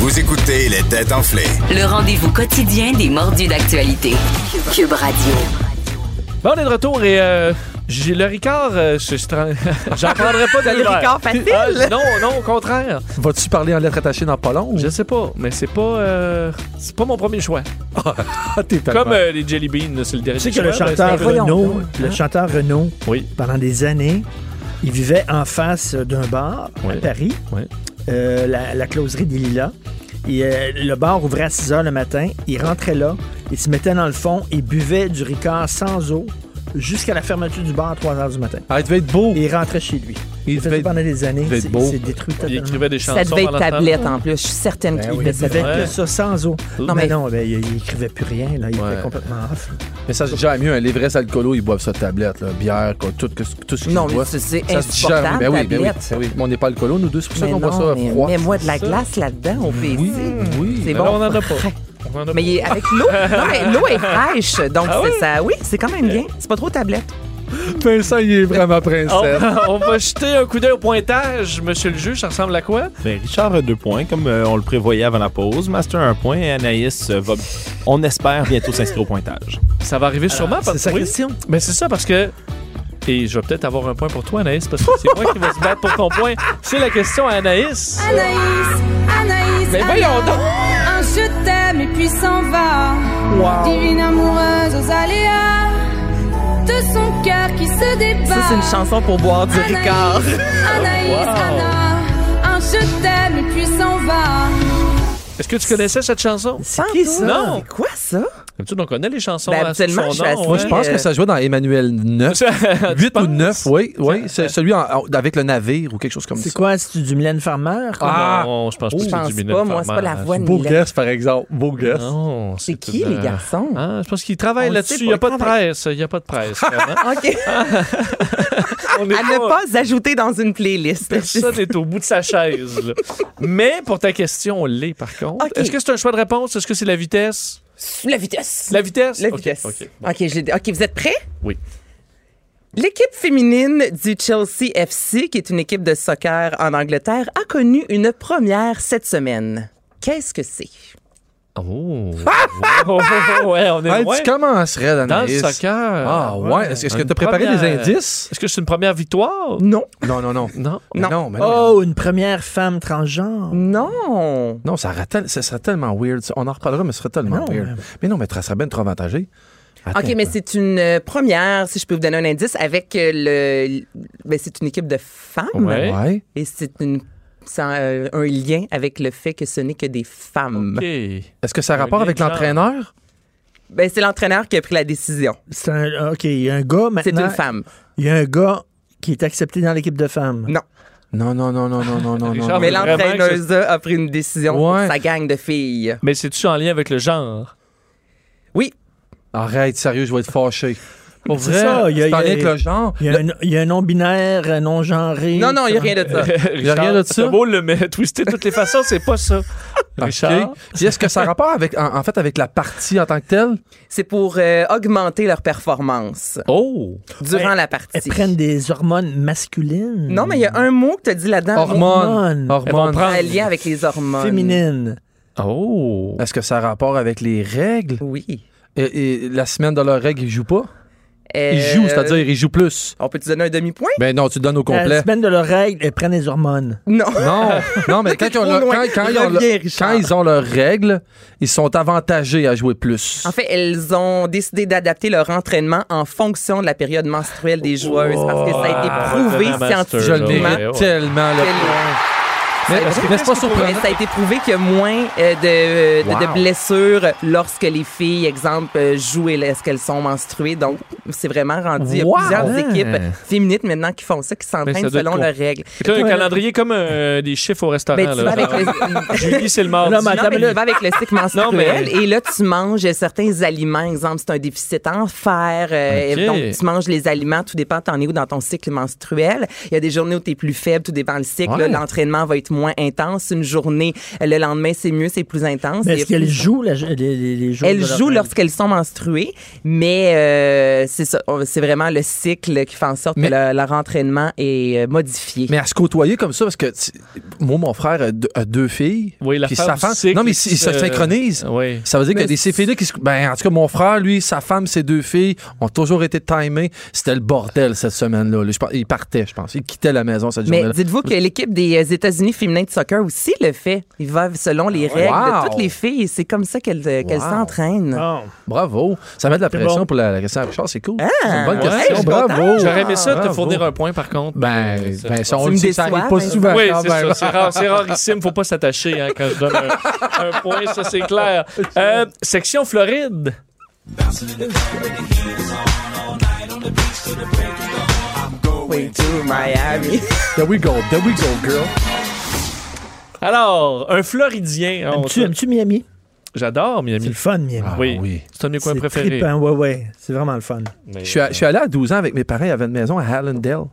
S2: Vous écoutez les têtes enflées.
S1: Le rendez-vous quotidien des mordus d'actualité. Cube Radio.
S3: Ben, on est de retour et euh, j'ai le Ricard, euh, je- je tran- j'en prendrai pas de
S6: le
S3: l'hiver.
S6: Ricard facile.
S3: Ah, non, non, au contraire.
S5: Vas-tu parler en lettres attachées dans pas long? ou-
S3: Je sais pas, mais c'est pas euh, c'est pas mon premier choix.
S5: Ah, t'es tellement-
S3: Comme euh, les Jelly Beans, c'est le dernier
S4: Tu sais que
S3: choix,
S4: le
S3: ben,
S4: chanteur
S3: c'est un peu-
S6: voyons
S4: Renaud,
S6: donc, hein.
S4: le chanteur Renaud,
S3: Oui.
S4: pendant des années, il vivait en face d'un bar à
S3: Oui.
S4: Paris,
S3: Oui.
S4: euh, la, la closerie des Lilas. Et, euh, le bar ouvrait à 6 h le matin. Il rentrait là, il se mettait dans le fond et buvait du ricard sans eau jusqu'à la fermeture du bar à 3 h du matin.
S5: Ah, il devait être beau.
S4: Et il rentrait chez lui.
S5: Il
S4: Il faisait
S5: devait
S4: ça
S5: être...
S4: pendant des années.
S5: devait être
S4: C'est
S5: beau.
S4: c'est détruit
S3: Il
S4: totalement.
S3: écrivait des chansons.
S6: Ça devait être hein.
S3: pendant ce temps-là.
S6: tablette en plus. Je suis certaine qu'il
S4: Ben oui,
S6: devait
S4: il
S6: ça.
S4: buvait
S3: vrai.
S4: que ça sans eau.
S6: Non,
S4: mais
S6: mais-
S4: non, ben, il, il écrivait plus rien. Là. Il
S5: Ouais.
S4: était complètement off.
S5: Mais ça se digère mieux. Un livresse alcoolo, ils boivent sa tablette, là. Bière, quoi, tout, que- tout ce qu'ils
S6: Non, mais
S5: boivent.
S6: c'est- c'est
S5: Ça se digère.
S6: insupportable,
S5: Ben oui, ben oui,
S6: tablette.
S5: ben oui. Mais on n'est pas alcoolo, nous deux. C'est pour ça
S6: Mais
S5: qu'on boit ça
S6: non, mais
S5: froid. Mmh.
S6: mets-moi de la glace là-dedans, on peut
S5: Oui,
S6: essayer.
S5: oui.
S6: C'est
S3: Mais là, on en
S6: bon.
S3: a pas. On en a pas.
S6: Mais il est avec l'eau. Non, mais l'eau est fraîche. Donc,
S3: Ah
S6: c'est
S3: oui?
S6: ça. Oui, c'est quand même bien. C'est pas trop tablette.
S5: Ben, Vincent, il est vraiment
S3: On,
S5: princesse.
S3: va- Oh, on va jeter un coup d'œil au pointage, monsieur le juge. Ça ressemble à quoi?
S7: Ben, Richard a deux points, comme euh, on le prévoyait avant la pause. Master un point et Anaïs euh, va, on espère, bientôt s'inscrire au pointage.
S3: Ça va arriver sûrement.
S4: C'est
S3: parce
S4: sa
S3: oui.
S4: question.
S3: Mais c'est ça parce que. Et je vais peut-être avoir un point pour toi, Anaïs, parce que c'est moi qui vais se battre pour ton point. C'est la question à Anaïs.
S9: Anaïs, Anaïs,
S3: Mais voyons donc!
S9: un je t'aime et puis s'en va. Divine amoureuse aux aléas de son cœur qui se débat.
S6: Ça, c'est une chanson pour boire du
S9: Anaïs,
S6: ricard.
S9: Anaïs,
S3: Wow.
S9: Anna, un Ah, je t'aime et puis s'en va.
S3: Est-ce que tu connaissais cette chanson?
S4: C'est qui ça?
S3: Non.
S6: C'est quoi ça?
S5: Oh,
S3: D'habitude, on connaît les chansons.
S6: Ben,
S3: à son
S6: habituellement, je suis
S3: nom,
S6: assez-
S5: Moi, je
S3: hein.
S5: pense que ça jouait dans Emmanuel 9. 8 ou 9, oui. oui
S3: euh,
S5: c'est celui en- en- avec le navire ou quelque chose comme
S4: C'est
S5: ça.
S4: quoi? C'est du Mylène Farmer? quoi?
S5: Ah!
S3: Non, je pense pas que
S6: Je
S3: c'est
S6: pense
S3: du Mylène
S6: pas. Moi, c'est pas la
S3: Farmer.
S6: voix de
S5: Beau
S6: Mylène.
S5: guess, par exemple. Beau
S3: Ah.
S5: guess.
S3: Non,
S6: C'est qui,
S3: euh,
S6: les garçons?
S3: hein, je pense qu'ils
S6: On
S3: travaillent
S6: le
S3: là-dessus.
S6: sait
S3: Il n'y a
S6: pas,
S3: pas de
S6: ils travaillent.
S3: presse. Il n'y a pas de presse. vraiment.
S6: OK.
S3: On est
S6: À ne pas ajouter dans une playlist.
S3: Personne est au bout de sa chaise. là. Mais pour ta question, on l'est par contre.
S6: Ok.
S3: Est-ce que c'est un choix de réponse? Est-ce que c'est la vitesse?
S6: Sous la vitesse.
S3: La vitesse?
S6: La
S3: Ok,
S6: vitesse.
S3: ok.
S6: OK, j'ai- OK, vous êtes prêts?
S3: Oui.
S6: L'équipe féminine du Chelsea FC, qui est une équipe de soccer en Angleterre, a connu une première cette semaine. Qu'est-ce que c'est?
S3: Oh. Wow. ouais, on est
S5: Hey,
S3: loin.
S5: Tu commencerais,
S3: Dans le
S5: Anaïs.
S3: soccer.
S5: Ah ouais. Est-ce est-ce que
S3: Une
S5: tu as préparé
S3: première-
S5: des indices?
S3: Est-ce que c'est une première victoire?
S6: Non.
S5: Non, non, non.
S3: Non.
S5: Non,
S6: ben Non. Mm.
S5: non, mais non.
S4: Oh, une première femme transgenre.
S6: Non.
S5: Non, ça, aurait tel- ça serait tellement weird. ça. On en reparlera, mais ce serait tellement
S4: Mais non,
S5: weird. Mais non, mais ça serait bien trop avantagé. Attends
S6: OK, mais
S5: un peu.
S6: c'est une euh, première, si je peux vous donner un indice, avec euh, le... ben, c'est une équipe de femmes.
S3: Ouais.
S5: Ouais.
S6: Et c'est une... c'est un un lien avec le fait que ce n'est que des femmes.
S3: OK.
S5: Est-ce que ça a rapport
S3: lien
S5: avec
S3: de genre.
S5: l'entraîneur?
S6: Ben, c'est l'entraîneur qui a pris la décision.
S4: C'est
S3: Ben,
S4: un. OK, il y a un gars maintenant.
S6: C'est une femme. Mm.
S4: Il y a un gars qui est accepté dans l'équipe de femmes.
S6: Non.
S5: Non, non, non, non, non, non, non, non.
S3: Richard,
S5: non.
S6: Ah, Mais
S3: vraiment que
S6: l'entraîneuse a pris une décision
S5: Ouais.
S6: pour sa gang de filles.
S3: Mais c'est-tu en lien avec le genre?
S6: Oui,
S5: Arrête, sérieux, je vais être fâché. Pour
S4: C'est
S5: vrai,
S4: ça, il y a-
S5: c'est en
S4: il y a-
S5: lien avec le genre.
S4: Il y a un- il y a un non-binaire, un non-genré.
S6: non, non, il n'y a rien de ça.
S3: Richard,
S5: rien de ça.
S3: t'as beau le mais- twister de toutes les façons, c'est pas ça. Richard,
S5: Ok. Puis Est-ce que ça a rapport avec, en, en fait, avec la partie en tant que telle?
S6: C'est pour euh, augmenter leur performance
S3: oh!
S6: durant
S4: Ouais.
S6: la
S4: Elles
S6: partie.
S4: prennent des hormones masculines.
S6: Non, mais il y a un mot que tu as dit là-dedans.
S5: Hormones.
S4: Hormones.
S6: Oh,
S5: Hormones.
S3: Elles vont
S6: Un lien avec les hormones.
S4: Féminines.
S3: Oh!
S5: Est-ce que ça a rapport avec les règles?
S6: Oui.
S5: Et, et la semaine de leurs règles, ils jouent pas? Ils
S6: Euh,
S5: jouent, c'est-à-dire ils jouent plus.
S6: On peut te donner un demi-point?
S5: Ben non, tu te donnes au
S4: La
S5: complet.
S4: semaine de leurs règles, elles prennent des hormones.
S6: Non.
S5: Non, non, mais quand, ils ont, leur-
S6: Trop loin.
S5: quand- quand ils ont leur-
S6: Reviens, Richard.
S5: quand ils ont leurs règles, ils sont avantagés à jouer plus.
S6: En fait, elles ont décidé d'adapter leur entraînement en fonction de la période menstruelle des joueuses parce que ça
S3: Ah,
S6: a été prouvé
S3: retenant master,
S5: Je
S3: Ouais,
S5: le
S6: scientifiquement.
S5: mérite
S3: ouais.
S5: tellement. là.
S6: que-
S5: Mais, mais c'est pas
S6: Mais
S5: surprenant.
S6: ça a été prouvé qu'il y a moins euh, de, de- de
S5: Wow.
S6: blessures lorsque les filles, exemple, euh, jouent et est-ce qu'elles sont menstruées. Donc, c'est vraiment rendu. Il y a
S5: Wow. hein?
S6: plusieurs équipes féministes maintenant qui font ça, qui
S3: Mais Ben, ça
S6: s'entraînent
S3: doit
S6: selon
S3: être
S6: leurs règles.
S3: C'est comme un calendrier comme euh, des chiffres au restaurant.
S6: Ben, tu vas
S3: là,
S6: avec
S3: genre.
S6: le-
S3: Julie, c'est le mardi.
S4: Non, mais
S6: Non,
S4: Attends
S6: mais
S4: une minute.
S6: tu vas avec le cycle menstruel
S3: Non, mais-
S6: et là, tu manges certains aliments. Exemple, c'est un déficit en fer. euh,
S3: Ok.
S6: et Donc, tu manges les aliments, tout dépend, t'en es où dans ton cycle menstruel. Il y a des journées où t'es plus faible, tout dépend le cycle.
S5: Ouais.
S6: là, L'entraînement va être moins intense. Une journée, euh, le lendemain, c'est mieux, c'est plus intense.
S4: Mais
S6: Et
S4: est-ce qu'elles
S6: plus-
S4: jouent la- les, les, les jours
S6: Elles
S4: de leurs
S6: jouent
S4: règles?
S6: lorsqu'elles sont menstruées, mais euh, c'est ça, on- c'est vraiment le cycle qui fait en sorte
S5: Mais-
S6: que le- leur entraînement est euh, modifié.
S5: Mais à se côtoyer comme ça, parce que tu- moi, mon frère a deux, a deux filles.
S3: Oui, la
S5: puis
S3: femme
S5: sa femme.
S3: du cycle,
S5: Non, mais ils se
S3: euh,
S5: synchronisent.
S3: Oui.
S5: Ça veut dire qu'il y a
S6: Mais
S5: des ces filles-là qui se- Ben, en tout cas, mon frère, lui, sa femme, ses deux filles ont toujours été timées. C'était le bordel cette semaine-là. là. Je pense- Ils partaient, je pense. Ils quittaient la maison cette
S6: Mais
S5: journée-là.
S6: dites-vous que l'équipe des euh, États-Unis féminins de soccer aussi le fait. Ils vivent selon les règles
S5: Ah, Wow.
S6: de toutes les filles et c'est comme ça qu'elles euh, qu'elles
S5: Wow.
S6: s'entraînent.
S4: Non.
S5: Bravo. Ça met de la pression
S4: bon.
S5: pour la, la question à Richard. C'est cool. C'est une bonne
S3: Ah, Ouais, je
S5: question.
S3: suis
S5: Bravo.
S3: J'aurais aimé ça te
S5: Bravo.
S3: fournir un point, par contre.
S5: Oh. Ah,
S3: Euh,
S5: Ben,
S3: Ça-
S5: ben, si on
S6: Tu
S5: le
S6: me
S5: sait, ça
S6: déçois,
S5: arrive pas
S6: ben.
S5: souvent.
S3: Oui,
S5: quand
S3: c'est
S5: même.
S3: ça. C'est rare, c'est rarissime. Faut pas s'attacher hein, quand je donne un, un point, ça c'est clair. Euh, section Floride.
S5: There we go. There we go, girl.
S3: Alors, un Floridien. on-
S4: Aimes-tu aimes-tu Miami?
S6: Mm.
S3: J'adore
S4: C'est
S3: Miami.
S4: le fun, Miami.
S5: Ah,
S3: oui.
S5: oui.
S3: C'est un de mes coins
S4: C'est
S3: préférés.
S4: trippant, ouais, ouais. C'est vraiment le fun.
S3: Mais,
S5: Je suis,
S3: euh,
S5: je suis allé à 12 ans avec mes parents, il y avait une maison à Hallandale.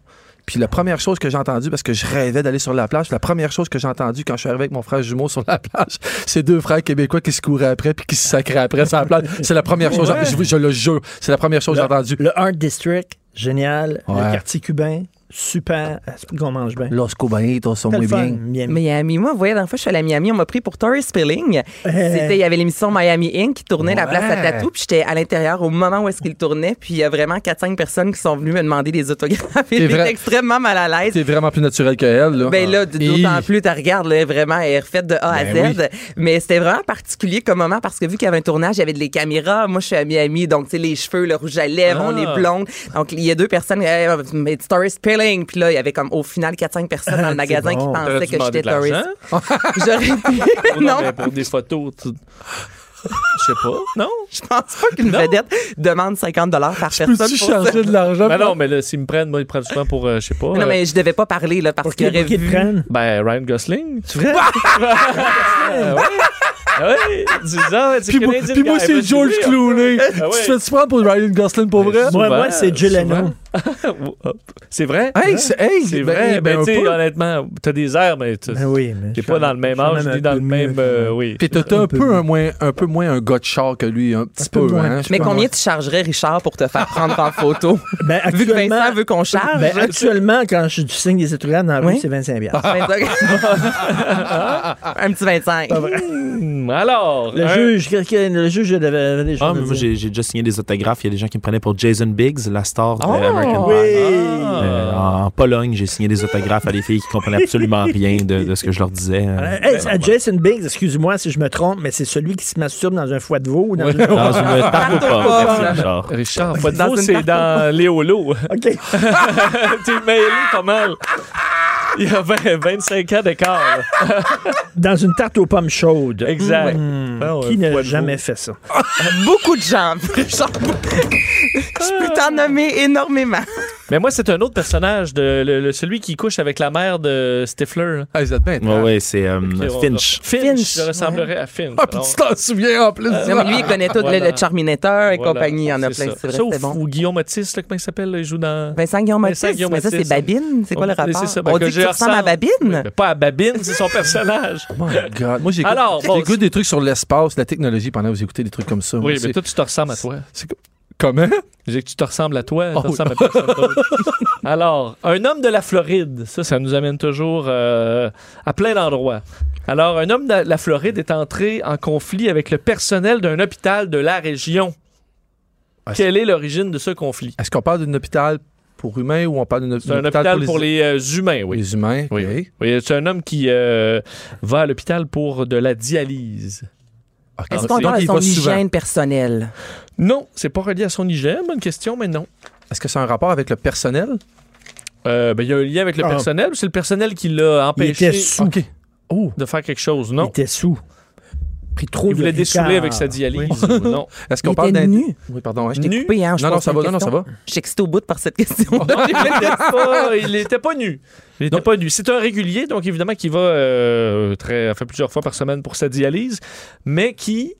S5: Puis la première chose que j'ai entendue, parce que je rêvais d'aller sur la plage, la première chose que j'ai entendue quand je suis arrivé avec mon frère jumeau sur la plage, c'est deux frères québécois qui se couraient après puis qui se sacraient après sur la plage. C'est la première chose, je, vous- je le jure, c'est la première chose que j'ai entendue.
S4: Le Art District, génial.
S5: Ouais.
S4: Le quartier cubain, super. Ah, C'est pour qu'on mange bien.
S5: Los cubanitos sont
S4: C'est
S5: muy
S4: le fun, Miami.
S5: bien.
S6: Miami, moi, vous voyez, la dernière fois, je suis allée à Miami, on m'a pris pour Tori Spilling. C'était, il y avait l'émission Miami Inc. qui tournait la place à
S5: Ouais.
S6: Tatou, puis j'étais à l'intérieur au moment où est-ce qu'il tournait, puis il y a vraiment 4-5 personnes qui sont venues me demander des autographes. et
S5: C'est
S6: J'étais
S5: vrai.
S6: extrêmement mal à l'aise.
S5: C'est vraiment plus naturel que elle. Là.
S6: Ben là, d- d'autant
S5: Ah. Et-
S6: plus, tu regardes, là, vraiment, elle est refaite de A
S5: Ben
S6: à Z. Mais c'était vraiment particulier comme moment parce que vu qu'il y avait un tournage, il y avait des caméras. Moi, je suis à Miami, donc, tu sais, les cheveux, le rouge à lèvres,
S3: Ah.
S6: on est blonde. Donc, il y a deux personnes, hey, euh, mais it's Doris Pilling. Puis là, il y avait comme au final 4-5 personnes dans le magasin
S4: bon.
S6: qui
S3: t'aurais
S6: pensaient
S3: dû
S6: que
S3: demander
S6: j'étais
S3: de l'argent.
S6: Doris. J'aurais
S3: Oh
S6: pu.
S3: non,
S6: non,
S3: mais pour des photos. tu- Je sais pas. Non?
S6: je pense pas qu'une vedette demande 50 par personne. pour
S5: Peux-tu
S6: ça.
S5: charger de l'argent?
S3: Ben non, mais là, s'ils me prennent, moi, ils prennent souvent pour, euh, je sais pas.
S6: Non,
S3: euh,
S6: mais je devais pas parler, là, parce
S4: Pour
S6: qu'il
S4: qu'ils
S6: aurait
S4: pour qu'ils te
S6: vu.
S4: prennent.
S3: Ben, Ryan Gosling.
S4: C'est vrai?
S3: Oui, dis ah ans,
S5: Puis moi, puis moi, c'est George Clooney.
S3: Ah ouais.
S5: Tu te fais-tu prendre pour Ryan Gosling
S3: Ben,
S5: pour vrai?
S4: Moi,
S3: Souvent,
S4: moi c'est Jill
S3: souvent.
S4: Leno.
S3: Oh, C'est vrai?
S5: Hey, c'est hey,
S3: C'est
S5: ben,
S3: vrai, ben,
S5: ben,
S3: tu
S5: un
S3: sais,
S5: peu.
S3: honnêtement, t'as des airs, mais tu-
S4: Ben oui, mais
S3: t'es
S4: je
S3: pas
S4: suis
S3: dans le même
S4: quand
S3: âge,
S4: même
S3: ni
S4: un
S3: dans le
S4: peu mieux
S3: même.
S4: quand
S3: euh,
S4: même.
S3: oui.
S5: Puis t'es un peu, un moins, un peu moins un gars de char que lui, un petit
S4: peu
S5: peu.
S4: moins.
S5: hein, je
S6: Mais
S5: pense.
S6: combien tu chargerais, Richard, pour te faire prendre en photo?
S4: Ben,
S6: Vu que
S4: actuellement,
S6: Vincent veut qu'on charge.
S4: ben, actuellement, quand je signe des autographes dans la rue,
S6: Oui.
S4: c'est 25 bières.
S6: un petit 25.
S3: Hmm, Alors,
S4: Le
S3: un-
S4: juge, quelqu'un- le juge devait les
S7: Ah, mais moi, j'ai j'ai déjà signé des autographes. Il y a des gens qui me prenaient pour Jason Biggs, la star de American Pie.
S3: Ah.
S7: Euh, en Pologne, j'ai signé des autographes à des filles qui comprenaient absolument rien de, de ce que je leur disais. Euh,
S3: Ben,
S4: Jason Biggs, excuse-moi si je me trompe, mais c'est celui qui se masturbe dans un foie de veau. ou Dans une-
S7: Dans une tarte aux pommes, merci,
S6: Ah.
S7: Richard.
S3: Richard, pas de
S6: Dans
S3: mots,
S6: une
S3: c'est
S6: carte-
S3: dans Léolo.
S4: OK.
S3: T'es mêlé pas mal. Il y a 20 25 ans d'écart.
S4: Dans une tarte aux pommes chaudes. Hmm.
S3: Exact.
S5: Hmm.
S3: Ah, ouais,
S4: Qui n'a
S3: poids de
S4: jamais
S3: mots.
S4: fait ça?
S6: Beaucoup de gens, Richard. Je peux t'en nommer énormément.
S3: Mais moi, c'est un autre personnage, de, le- le- celui qui couche avec la mère de Stifler. là.
S5: Ah, vous êtes bien.
S7: Ouais, ouais, c'est euh, Finch.
S3: Finch.
S6: Finch,
S3: Je ressemblerait à Finch.
S5: Ah, puis tu t'en souviens en plus.
S6: Non, mais lui, il connaît tout
S3: Ah. Voilà.
S6: le, le Charminator et
S3: Voilà.
S6: compagnie. Il y en a
S3: C'est
S6: plein,
S3: ça.
S6: c'est vrai,
S3: Sauf
S6: c'est bon.
S3: ou Guillaume Otis, là, comment il s'appelle, là, il joue dans...
S6: Vincent Guillaume
S3: Vincent
S6: Otis,
S3: Guillaume
S6: mais ça,
S3: Otis.
S6: c'est Babine. C'est quoi le
S3: Oui, c'est
S6: rapport?
S3: ça. Ben,
S6: On
S3: que
S6: dit que
S3: je
S6: tu ressembles à
S3: ressemble.
S6: Babine?
S3: Mais pas à Babine, c'est son personnage.
S5: Oh my God. Moi, j'écoute
S3: Alors, bon,
S5: j'écoute des trucs sur l'espace, la technologie pendant que vous écoutez des trucs comme ça. Moi,
S3: Oui, mais
S5: c'est-
S3: toi, tu te ressembles à toi.
S5: c'est- Comment?
S3: Je dis que tu te ressembles à toi, tu
S5: Oh,
S3: te ressembles à personne d'autre. Alors, un homme de la Floride, ça, ça nous amène toujours euh, à plein d'endroits. Alors, un homme de la Floride est entré en conflit avec le personnel d'un hôpital de la région.
S5: Ah, c'est-
S3: Quelle est l'origine de ce conflit?
S5: Est-ce qu'on parle d'un hôpital pour humains ou on parle d'un hôp-
S3: C'est un hôpital, pour, les euh, humains, oui.
S5: les humains?
S3: Oui,
S5: ok.
S3: oui. Oui, c'est un homme qui euh, va à l'hôpital pour de la dialyse.
S5: Ok.
S6: Est-ce qu'on
S5: Donc,
S6: parle de
S5: il
S6: son
S5: va souvent.
S6: hygiène personnelle?
S3: Non, c'est pas relié à son hygiène, bonne question, mais non.
S5: Est-ce que c'est un rapport avec le personnel?
S3: Euh, ben, Il y a un lien avec le
S4: Ah.
S3: personnel, ou c'est le personnel qui l'a
S4: Il
S3: empêché
S4: était sous.
S5: OK.
S4: Oh,
S3: de faire quelque chose,
S4: il
S3: non?
S4: était sous. Pris trop
S3: Il
S4: de
S3: voulait dessouler
S4: Ricard.
S3: avec sa dialyse. ou Non.
S5: Est-ce
S6: Il
S5: qu'on parle
S6: était
S5: d'un.
S6: nu.
S5: Oui, pardon. hein, je t'ai-
S3: Nu?
S6: Coupé, hein, je
S5: Non, non,
S6: pense
S5: ça
S6: que
S5: va,
S6: la
S5: non, non, ça
S6: question-
S5: va.
S6: J'ai excité au bout de par cette question.
S3: Non, il était pas, il était pas nu. Il était pas nu. C'est un régulier, donc évidemment qui va euh, très, enfin, plusieurs fois par semaine pour sa dialyse, mais qui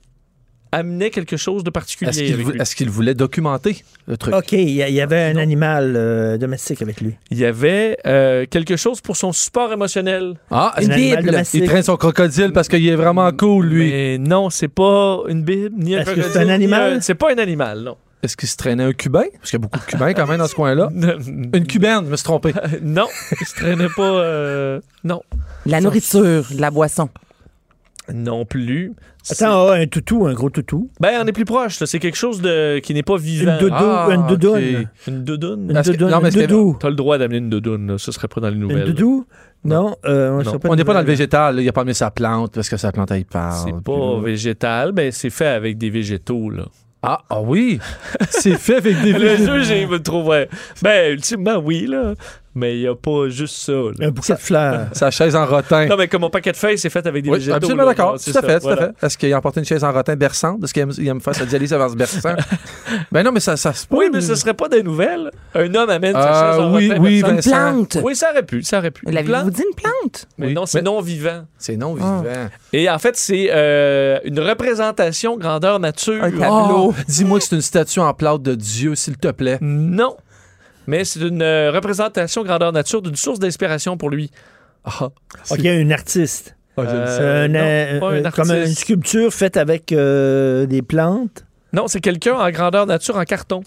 S3: amenait quelque chose de particulier.
S5: Est-ce qu'il
S3: avec
S5: vou-
S3: lui.
S5: est-ce qu'il voulait documenter le truc?
S4: OK, il y, a- il y avait un animal euh, domestique avec lui.
S3: Il y avait euh, quelque chose pour son support émotionnel.
S5: Ah, est-ce
S4: Un animal
S5: qu'il-
S4: domestique.
S5: il traîne son crocodile parce qu'il est vraiment cool, lui.
S3: Mais non, c'est pas une bible, ni un
S4: Est-ce que c'est
S3: crocodile,
S4: un animal?
S3: ni un- C'est pas un animal, non.
S5: Est-ce qu'il se traînait un cubain? Parce qu'il y a beaucoup de cubains quand même dans ce coin-là. Une cubaine, je me suis trompé.
S3: non, il se traînait pas. euh, Non,
S6: La nourriture, la boisson.
S3: non plus. C'est-
S4: Attends, ah, un toutou, un gros toutou.
S3: Ben, on est plus proche. là. C'est quelque chose de... qui n'est pas vivant.
S4: Une doudou,
S5: Ah,
S4: une
S5: ok.
S4: doudoune.
S3: Une
S4: Une
S3: doudoune.
S5: Est-ce que-
S4: doudoune,
S5: non, mais
S4: une
S5: est-ce que-
S4: doudou.
S3: T'as le droit d'amener une doudoune, là. ce serait pas dans les
S4: Une
S3: nouvelles.
S4: doudou? Non, euh, on
S3: Non.
S4: sera pas
S5: On n'est pas dans le
S4: nouvelle.
S5: végétal. là. Il a pas amené sa plante parce que sa plante, elle parle.
S3: C'est
S5: Puis Ah, là-
S3: pas végétal, mais c'est fait avec des végétaux. Là.
S5: Ah, ah oui! C'est fait avec des
S3: Le
S5: végétaux.
S3: jeu, j'ai me trouvé. Ben, ultimement, oui, là. Mais il n'y a pas juste ça. là.
S4: Un bouquet de fleurs.
S5: Sa chaise en rotin.
S3: Non, mais comme mon paquet de feuilles, c'est fait avec des
S5: Oui,
S3: végétaux.
S5: absolument
S3: là.
S5: d'accord.
S3: Ouais, c'est
S5: Tout à
S3: ça,
S5: fait, tout à
S3: voilà.
S5: fait. Est-ce qu'il a emporté une chaise en rotin berçante? Est-ce qu'il aime, il aime faire sa dialyse avant ce berçant? ben non, mais ça, ça se peut.
S3: Oui, mais ce serait pas des nouvelles. Un homme amène sa
S5: Ah,
S3: chaise en
S5: oui,
S3: rotin,
S5: oui,
S3: personne-
S5: Vincent.
S6: Plante.
S3: Oui, ça aurait pu, ça aurait pu. Une
S6: L'avez-vous
S3: plante,
S6: dit une plante?
S3: mais
S5: Oui.
S3: non, c'est
S5: Mais-
S3: non vivant.
S5: C'est non vivant.
S3: Et en fait, c'est euh, une représentation grandeur nature.
S6: Un tableau.
S5: Oh, Dis-moi que c'est une statue en plâtre de Dieu, s'il te plaît.
S3: Non. Mais c'est une euh, représentation grandeur nature d'une source d'inspiration pour lui.
S5: Ah,
S4: OK, un artiste.
S3: Euh,
S4: C'est un,
S3: non,
S4: euh,
S3: pas un
S4: euh, comme une
S3: artiste.
S4: sculpture faite avec euh, des plantes
S3: Non, c'est quelqu'un en grandeur nature en carton.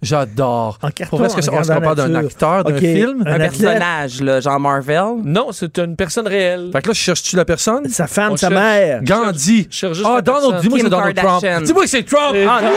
S5: J'adore.
S4: en carton.
S5: Pour vrai, est-ce que
S4: en
S5: ça- est-ce qu'on
S4: grandeur
S5: parle d'un
S4: nature.
S5: acteur, Ah, d'un
S4: OK,
S5: film?
S4: un
S6: Un
S4: athlète.
S6: personnage, là, genre Marvel.
S3: Non, c'est une personne réelle.
S5: Fait que là, cherches-tu la personne?
S4: Sa
S3: On
S4: femme, sa
S3: cherche.
S4: mère.
S5: Gandhi.
S3: Je cherche juste
S5: Ah,
S3: la
S5: Donald,
S3: personne.
S5: dis-moi que c'est
S6: Kim
S5: Donald
S6: Kardashian.
S5: Trump. Dis-moi que c'est Trump.
S3: Et-
S5: Ah, non.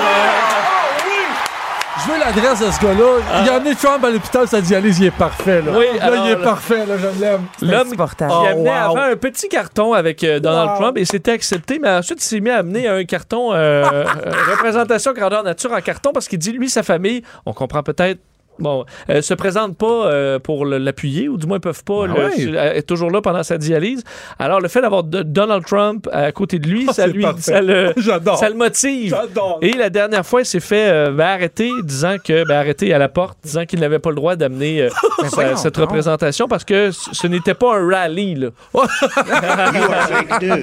S5: Je veux l'adresse de ce gars-là. Il a amené Trump à l'hôpital, sa dialyse, il est parfait. Là,
S3: Ah. Oui,
S5: là
S3: alors,
S5: il est
S3: là-
S5: parfait, là, je l'aime.
S3: L'homme
S6: insupportable.
S3: qui
S6: Oh,
S3: amenait
S6: wow.
S3: avant un petit carton avec euh, Donald Trump et c'était accepté, mais ensuite il s'est mis à amener un carton euh, euh, représentation grandeur nature en carton parce qu'il dit lui sa famille, on comprend peut-être. Bon, euh, se présente pas euh, pour le- l'appuyer, ou du moins peuvent pas.
S5: Ben
S3: le-
S5: ouais.
S3: su- euh, est toujours là pendant sa dialyse. Alors, le fait d'avoir de- Donald Trump à côté de lui,
S5: Ah,
S3: ça
S5: c'est
S3: lui,
S5: parfait.
S3: ça le,
S5: J'adore.
S3: ça le motive.
S5: J'adore.
S3: Et la dernière fois, il s'est fait euh, ben, arrêter, disant que ben, arrêter à la porte, disant qu'il n'avait pas le droit d'amener euh, sa-
S6: voyons
S3: cette
S6: donc.
S3: représentation parce que c- ce n'était pas un rallye. Là.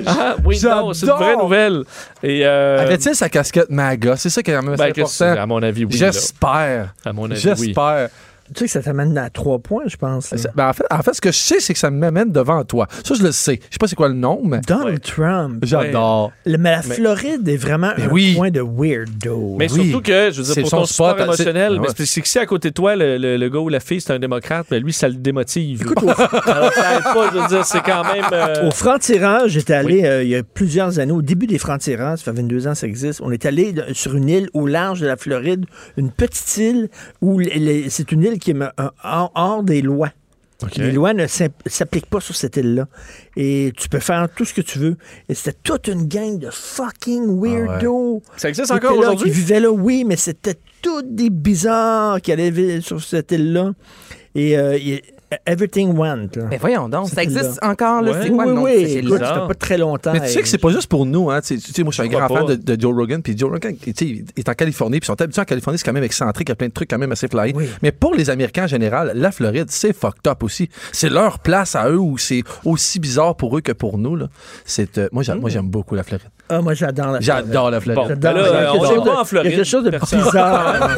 S3: Ah, oui, non, c'est une vraie
S5: J'adore.
S3: nouvelle. Et euh,
S5: Avait-il sa casquette MAGA? C'est ça qui est quand même
S3: ben,
S5: assez
S3: que c'est- à
S5: important.
S3: mon avis, oui. là.
S5: J'espère.
S3: À mon avis, oui.
S5: J'espère.
S4: Tu sais que ça t'amène à trois points, je pense. là.
S5: Ça- ben, en, fait, en fait, ce que je sais, c'est que ça m'amène devant toi. Ça, je le sais. Je sais pas c'est quoi le nom, mais
S4: Donald Trump.
S5: j'adore.
S4: Le- mais la Floride est vraiment
S5: Mais
S4: un
S5: oui.
S4: point de weirdo.
S3: Mais
S5: Oui.
S3: surtout que, je veux
S5: C'est
S3: dire, pour
S5: son
S3: ton
S5: spot,
S3: sport
S5: c'est-
S3: émotionnel,
S5: Ah
S3: mais
S5: ouais.
S3: c'est c'est que si à côté de toi, le, le- le gars ou la fille, c'est un démocrate, ben lui, ça le démotive.
S4: Écoute,
S3: Alors, ça aide pas, je veux dire, c'est quand même... euh,
S4: Au franc-tirage, j'étais allé euh, il y a plusieurs années, au début des francs-tirages, ça fait 22 ans que ça existe, on est allé de- sur une île au large de la Floride, une petite île où les- les- c'est une île qui est me- euh, hors, hors des lois. Les lois ne s'im- s'appliquent pas sur cette île-là. Et tu peux faire tout ce que tu veux. Et c'était toute une gang de fucking weirdos.
S3: Ah Ça existe
S4: Qui
S3: encore
S4: étaient là,
S3: aujourd'hui?
S4: Qui vivaient là, oui, mais c'était tous des bizarres qui allaient vivre sur cette île-là. Et euh, il- Everything Went. là.
S6: Mais voyons donc, ça existe encore, là.
S3: Ouais.
S6: C'est quoi le nom de ce
S4: oui, oui,
S6: gilets
S4: écoute,
S3: là?
S4: ça fait pas très longtemps.
S5: Mais tu sais que c'est pas juste pour nous, hein. Tu sais, tu sais, moi, je suis un
S3: Pourquoi
S5: grand
S3: pas?
S5: fan de, de Joe Rogan, puis Joe Rogan, tu sais, il est en Californie, puis ils sont habitués en Californie, c'est quand même excentrique, il y a plein de trucs quand même assez flyés. Mais pour les Américains en général, la Floride, c'est fucked up aussi. C'est leur place à eux où c'est aussi bizarre pour eux que pour nous, là. C'est, euh, moi, j'a- moi, j'aime beaucoup la Floride.
S4: Ah, moi, j'adore la
S5: J'adore la Floride.
S3: Bon.
S4: J'adore
S3: Ben là,
S4: la-
S3: euh,
S4: il y a
S3: on
S4: quelque
S3: n'est pas
S4: chose de-
S3: en Floride,
S4: Il y a quelque chose de
S3: personne.
S4: bizarre.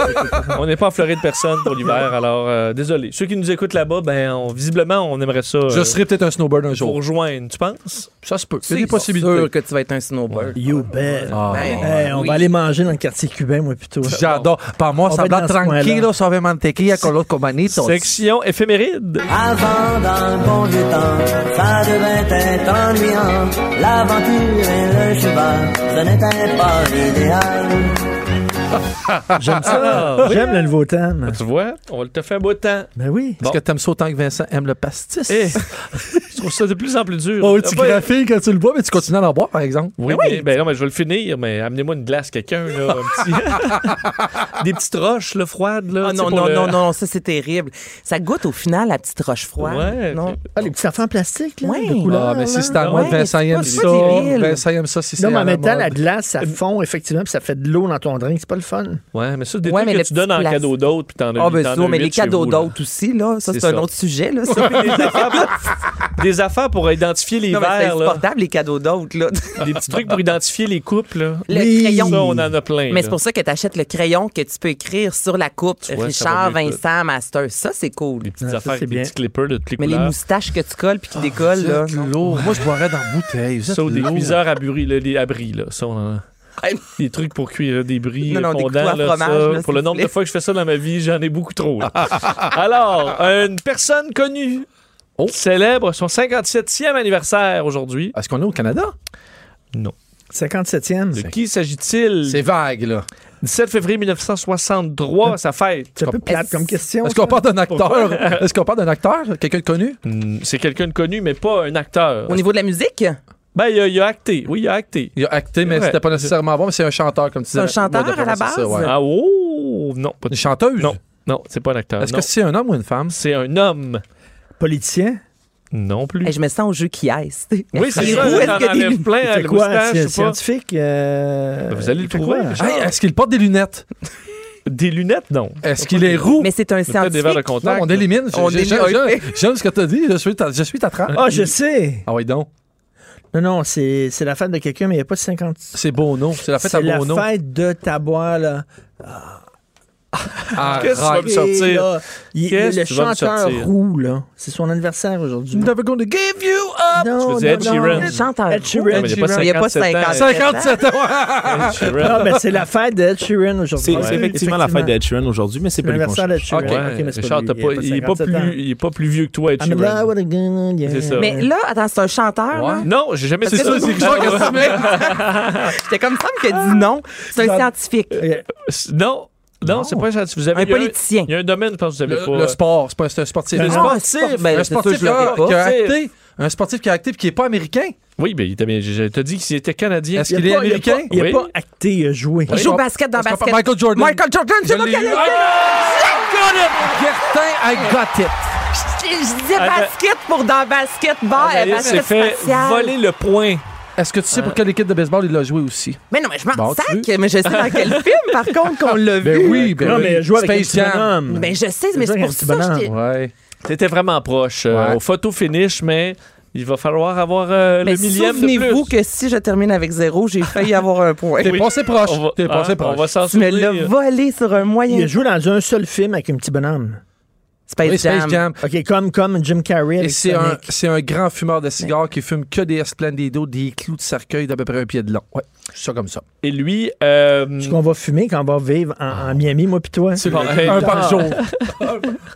S3: On n'est pas en Floride personne pour l'hiver, alors euh, désolé. Ceux qui nous écoutent là-bas, ben, on- visiblement, on aimerait ça.
S5: Je
S3: euh,
S5: serais peut-être un snowboard un
S3: pour
S5: jour.
S3: rejoindre, tu penses?
S5: Ça se peut.
S6: C'est
S5: C'est des possibilités.
S6: sûr que tu vas être un snowboard.
S4: you bet.
S5: Ah.
S6: Ben,
S4: Hey, on
S6: oui.
S4: va aller manger dans le quartier cubain, moi, plutôt.
S5: J'adore. Par moi,
S4: On
S5: ça
S4: va
S5: va
S4: être dans ce
S5: tranquillo,
S4: coin-là.
S5: sauver mantequilla con los comanitos.
S3: Section éphéméride.
S10: Avant, dans le bon vieux temps, ça devait être ennuyant. L'aventure et le cheval, ce n'était pas l'idéal.
S4: J'aime ça. J'aime le nouveau thème.
S3: Tu vois, on va le te faire beau temps.
S4: Ben oui.
S5: Est-ce que t'aimes ça autant que Vincent aime le pastis?
S3: Eh, je trouve ça de plus en plus dur.
S5: Oh,
S3: Ah,
S5: tu
S3: ben,
S5: graphies quand tu le bois, mais tu continues à en boire, par exemple. Eh
S3: Oui, mais- ben non, mais je vais le finir, mais amenez-moi une glace, quelqu'un, là, un petit- Des petites roches, là, froides, là.
S6: Ah
S3: tu sais,
S6: non,
S3: pour
S6: non,
S3: le-
S6: non, non, ça c'est terrible. Ça goûte au final la petite roche froide.
S3: Ouais,
S6: non.
S4: Ah, les petits enfants en plastique, là,
S6: Ouais.
S4: de couleur.
S5: Ah, mais
S4: là.
S5: si c'est à
S3: Ouais,
S5: moi, Vincent
S6: c'est
S5: aime
S6: pas
S5: ça.
S6: débile.
S5: Vincent aime ça si c'est
S4: Non, mais
S5: à
S4: en même temps,
S5: mode.
S4: la glace, ça fond, effectivement, puis ça fait de l'eau dans ton drink. C'est pas le fun.
S3: Ouais, mais ça, c'est des
S6: Ouais, mais
S3: trucs
S6: le
S3: que tu donnes
S6: petit
S3: en
S6: plastique.
S3: cadeau d'autres, puis t'en as
S6: Ah,
S3: huit-
S6: ben
S3: t'en
S6: sinon,
S3: as
S6: mais
S3: huit
S6: les
S3: chez
S6: cadeaux
S3: vous, là.
S6: d'autres aussi, là, ça,
S3: C'est
S6: c'est, un
S3: ça.
S6: autre sujet, là. ça.
S3: Des affaires pour identifier les
S6: non, mais c'est
S3: verres, là.
S6: insupportable, les cadeaux d'autres, là.
S3: Des petits trucs pour identifier les couples, là.
S6: Le crayon.
S3: Ça, on en a plein.
S6: Mais
S3: là.
S6: c'est pour ça que tu achètes le crayon que tu peux écrire sur la coupe.
S3: vois, ça va
S6: Richard,
S3: mieux que
S6: Vincent, Master. Ça, c'est cool.
S3: Les petites
S4: Ah, ça,
S3: affaires,
S4: c'est
S3: avec des
S4: bien.
S3: petits Ah, clippers de toutes les
S6: Mais les
S3: couleurs.
S6: moustaches que tu colles puis qui décollent, là.
S5: Vous êtes lourd. Moi, je boirais dans la bouteille. Vous êtes
S3: Ça, ou des
S5: lourd.
S3: cuiseurs à bris, là, les, à bris, là. Ça, on en a.
S6: Hey.
S3: Des trucs pour cuire là, des bris
S6: Non, non, des
S3: fondants,
S6: couteaux à
S3: là,
S6: fromage,
S3: ça.
S6: là,
S3: Pour
S6: s'il
S3: le
S6: vous
S3: nombre de
S6: plaît.
S3: fois que je fais ça dans ma vie, j'en ai beaucoup trop. là. Alors, une personne connue
S6: Oh.
S3: célèbre son 57e anniversaire aujourd'hui.
S5: Est-ce qu'on est au Canada?
S4: 57e.
S3: De
S4: C'est
S3: qui s'agit-il?
S5: C'est vague, là.
S3: 17 février 1963, sa fête.
S4: un peu plate comme question.
S5: Est-ce qu'on parle d'un acteur? Est-ce qu'on parle d'un acteur? Quelqu'un de connu?
S3: Hmm, C'est quelqu'un de connu, mais pas un acteur.
S6: Au niveau de la musique,
S3: Ben, il a, il a acté. Oui, il a acté.
S5: Il a acté, mais
S3: Ouais.
S5: c'était pas nécessairement bon, mais c'est un chanteur, comme tu disais.
S6: un chanteur,
S5: Ouais,
S6: à la
S5: c'est ça,
S6: base?
S5: ouais.
S3: Ah, oh! Non, pas
S5: Une chanteuse?
S3: Non, non c'est pas un acteur.
S5: Est-ce
S3: non.
S5: que c'est un homme ou une femme?
S3: c'est un homme?
S4: Politicien.
S3: Non plus.
S6: hey, je me sens au jeu qui est. tu sais.
S3: Oui, c'est
S6: Les
S3: ça. hein.
S6: roues,
S3: là,
S6: est-ce
S3: J'en
S6: que des-
S3: enlève plein à
S4: C'est
S3: la
S4: quoi?
S3: moustache, je
S4: C'est
S3: sais pas.
S4: scientifique. euh,
S3: Ben, vous allez le
S4: il fait
S3: trouver,
S4: quoi?
S3: Richard.
S5: Hey, est-ce qu'il porte des lunettes?
S3: Des lunettes, non.
S5: Est-ce qu'il est roux?
S6: Mais c'est un
S3: Peut-être des verres de
S6: scientifique.
S5: Non,
S3: contact.
S5: on élimine. Je-
S6: On
S5: je- je-
S6: élimine.
S5: je- J'aime ce que t'as dit. Je suis ta, je suis ta trappe.
S4: Ah, je sais.
S5: Ah oui, donc.
S4: Non, non, c'est c'est la fête de quelqu'un, mais il n'y a pas 50.
S5: C'est Bono. C'est la fête
S4: C'est
S5: à
S4: la
S5: Bono.
S4: fête de Tabois, là.
S5: Ah,
S3: Qu'est-ce que tu vas me
S4: Et
S3: sortir?
S4: là, il-
S3: Qu'est-ce
S4: le
S3: que tu vas me
S4: chanteur
S3: sortir?
S4: roux, là. C'est son anniversaire aujourd'hui.
S5: Never gonna give you up!
S4: Non,
S3: veux
S4: non,
S3: dire Ed
S4: non.
S3: Sheeran?
S6: Le Chanteur.
S4: Ed Sheeran.
S3: Non, mais il n'y a pas
S6: Il y a pas
S3: 57 ans.
S6: 50.
S5: 57 ans!
S3: Ah,
S4: Non, mais Ah, ben, c'est la fête d'Ed Sheeran aujourd'hui.
S7: C'est c'est effectivement la fête d'Ed Sheeran aujourd'hui, mais c'est
S4: C'est
S7: pas lui qu'on
S4: l'anniversaire
S7: cherche.
S4: d'Ed Sheeran.
S5: Ok,
S4: Ok, mais c'est
S3: Richard,
S4: lui.
S3: t'as pas- il est pas
S4: 57 ans.
S3: plus- il est pas plus vieux que toi, Ed
S4: I'm in love
S3: Sheeran.
S4: with a gun, yeah.
S3: C'est ça.
S6: Mais là, attends, c'est un chanteur. là.
S3: Non, j'ai jamais su
S6: C'est
S3: ça.
S6: ça, c'est
S3: Richard.
S6: J'étais comme ça que dit non. C'est un scientifique.
S4: Euh,
S3: Non, non, c'est pas ça. Vous avez
S6: Un
S3: il y a
S6: politicien.
S3: Il y a un domaine, je pense que vous avez
S5: Le,
S3: pas. euh,
S5: le sport, c'est pas c'est un sportif. Ah,
S6: Le
S5: Un
S6: sport-
S5: sportif, un
S6: ben, c'est sûr,
S5: sportif
S6: je
S5: qui
S6: l'aurais
S5: a-
S6: pas.
S5: qui a acté, un sportif qui a acté puis qui est pas américain.
S3: Oui, mais il t'a bien- je- je t'ai dit qu'il était canadien.
S5: Est-ce qu'il
S4: il
S5: est
S4: a pas- il a
S5: américain?
S4: pas- Il
S3: Oui.
S4: n'a pas acté, il a joué.
S6: Il joue au
S5: Est-ce
S6: basket dans
S5: qu'on parle-
S6: basket.
S5: ben, Michael Jordan.
S6: Michael Jordan,
S5: Je
S6: c'est moi
S5: l'ai
S6: qui ai
S5: eu. Gertin, I got it.
S6: Je je disais basket pour dans basketball, euh,
S3: Ah, ben, Anaïs Ah! s'est
S6: basket
S3: fait
S6: spatial.
S3: voler le point.
S5: Est-ce que tu sais pour quelle équipe de baseball il a joué aussi?
S6: Mais non, mais je m'en
S5: Bon, tu
S6: sac, mais je sais dans quel film, par contre, qu'on l'a
S3: Ben
S6: vu.
S5: Ben oui,
S4: Non, mais il a joué avec un
S5: Space
S4: petit
S5: Jam.
S4: bonhomme.
S6: Ben, je sais, mais
S4: C'est
S6: c'est
S4: vrai,
S6: pour
S4: un petit
S6: ça que je
S4: bonhomme.
S6: t'ai-
S5: Ouais.
S3: T'étais vraiment proche euh,
S5: Ouais.
S3: au photo finish, mais il va falloir avoir euh,
S6: Mais
S3: le millième de plus.
S6: souvenez-vous que si je termine avec zéro, j'ai failli avoir un point.
S5: T'es passé proche.
S3: On va,
S5: T'es
S3: hein,
S5: passé
S3: on va
S5: proche.
S3: s'en
S6: Tu me
S3: souvenir.
S6: l'as volé sur un
S4: Il a
S6: moyen.
S4: joué dans un seul film avec un petit bonhomme.
S6: Space,
S5: Oui,
S6: Jam.
S5: Space Jam.
S4: OK, comme, comme Jim Carrey
S5: Et
S4: avec
S5: c'est un,
S4: Sonic.
S5: c'est un grand fumeur de cigares qui fume que des Esplendido, des clous de cercueil d'à peu près un pied de long. Ouais, c'est ça comme ça.
S3: Et lui, euh,
S4: Ce qu'on va fumer quand on va vivre en, en Miami, moi pis toi.
S3: bon,
S5: Un
S3: hey, ah.
S5: par jour.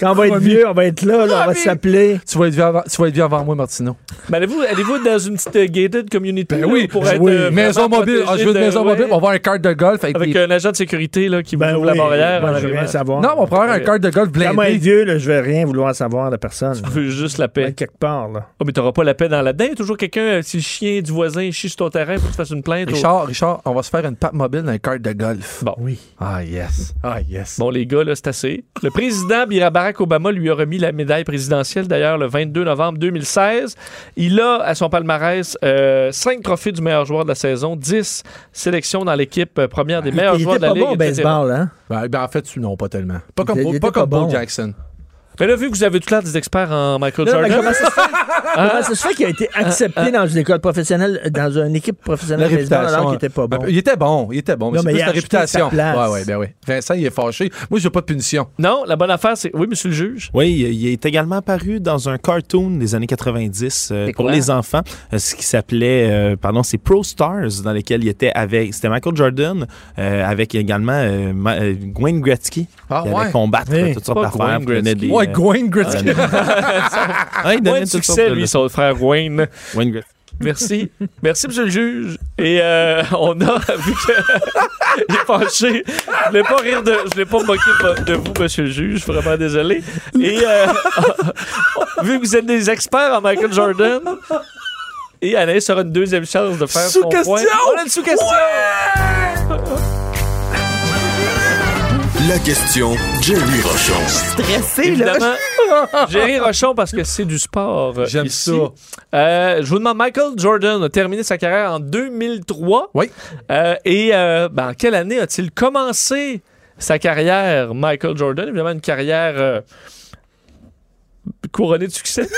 S4: Quand on va être vieux, on va être là, là, on va s'appeler.
S5: Tu vas être vieux avant, tu vas être vieux avant moi, Martino.
S3: Mais allez-vous, allez-vous dans une petite euh, gated community
S5: Ben
S3: là, pour être euh,
S5: maison
S3: vraiment
S5: mobile. Ah,
S3: protégé
S5: je veux une
S3: de-
S5: maison
S3: ouais,
S5: mobile. Ben On va avoir un cart de golf avec,
S3: avec euh,
S5: des...
S3: un agent de sécurité là, qui vous ouvre la barrière. en
S4: moi, Ben je veux
S3: arrivant.
S4: rien savoir.
S5: Non, mais on va avoir un cart de golf
S4: Quand on va être
S5: blindé.
S4: vieux, là, je je vais rien vouloir savoir de personne.
S3: Tu veux juste la paix.
S5: Ben
S4: Ouais, quelque part, là.
S3: Oh, mais t'auras pas la paix dans la dedans Il y a toujours quelqu'un, euh, si le chien du voisin chie sur ton terrain pour que tu fasses une plainte. au-
S5: Richard, Richard, on va se faire une patte mobile dans les cartes de golf.
S3: Bon.
S5: Ah, yes. Ah, yes.
S3: Bon, les gars, là, c'est assez. Le président Bira- Barack Obama lui a remis la médaille présidentielle, d'ailleurs, le 22 novembre 2016. Il a, à son palmarès, 5 trophées du meilleur joueur de la saison, 10 sélections dans l'équipe euh, première des meilleurs
S4: Ah, il
S3: joueurs
S4: était
S3: de la
S4: pas
S3: Ligue.
S4: bon au
S3: etc.
S4: baseball, hein?
S5: Ben, ben, en fait, tu- non, pas tellement. Pas comme,
S4: était-
S5: Bo-
S4: il
S5: pas
S4: était
S5: comme
S4: pas
S5: Bo
S4: bon.
S5: Jackson.
S3: Mais là, vu que vous avez tout l'air des experts en Michael
S4: Non, mais
S3: Jordan,
S4: comment ça se fait,
S3: Hein?
S4: Comment ça se fait qu'il a été accepté dans une école professionnelle, dans une équipe professionnelle de baseball alors qu'il était
S3: hein.
S4: pas bon?
S5: Ben, il était bon, il était bon, mais
S4: Non,
S5: c'est
S4: mais
S5: plus
S4: il a
S5: la
S4: acheté
S5: réputation.
S4: sa place.
S5: Ouais, ouais, ben oui. Vincent, il est fâché. Moi, j'ai pas de punition.
S3: non, la bonne affaire, c'est. Oui, monsieur le juge.
S7: Oui, il- il est également apparu dans un cartoon des années 90 euh,
S6: C'est
S7: pour
S6: quoi?
S7: les enfants, euh, ce qui s'appelait, euh, pardon, c'est Pro Stars, dans lequel il était avec, c'était Michael Jordan, euh, avec également euh, Ma- euh, Wayne Gretzky,
S5: Ah,
S7: qui
S5: ouais.
S7: allait combattre
S3: Hey,
S7: euh, toutes sortes
S3: pas
S7: d'affaires.
S3: Wayne
S7: puis il donnait
S3: Gretzky.
S7: des,
S5: Ouais,
S7: euh,
S5: Gwen Gretzky.
S7: donnait-
S4: Hein,
S7: Ouais, il donnait
S3: Moins de
S7: toutes
S3: succès,
S7: sortes de
S3: lui,
S7: leçons.
S3: son frère Wayne.
S7: Wayne Gretzky.
S3: Merci. Merci, monsieur le juge. Et euh, on a vu que. Il est penché. Je voulais pas rire de. Je voulais pas me moquer de- de vous, monsieur le juge. Je suis vraiment désolé. Et euh, vu que vous êtes des experts en Michael Jordan. Et Anaïs aura une deuxième chance de faire son
S5: Sous-question!
S3: point. On a une sous-question!
S2: La question Jerry Rochon.
S6: Stressé, là.
S3: Évidemment, Jerry Rochon parce que c'est du sport. euh,
S5: J'aime
S3: ici.
S5: ça.
S3: Euh, je vous demande, Michael Jordan a terminé sa carrière en 2003.
S5: Oui.
S3: Euh, et euh, ben, en quelle année a-t-il commencé sa carrière, Michael Jordan? Évidemment, une carrière euh, couronnée de succès.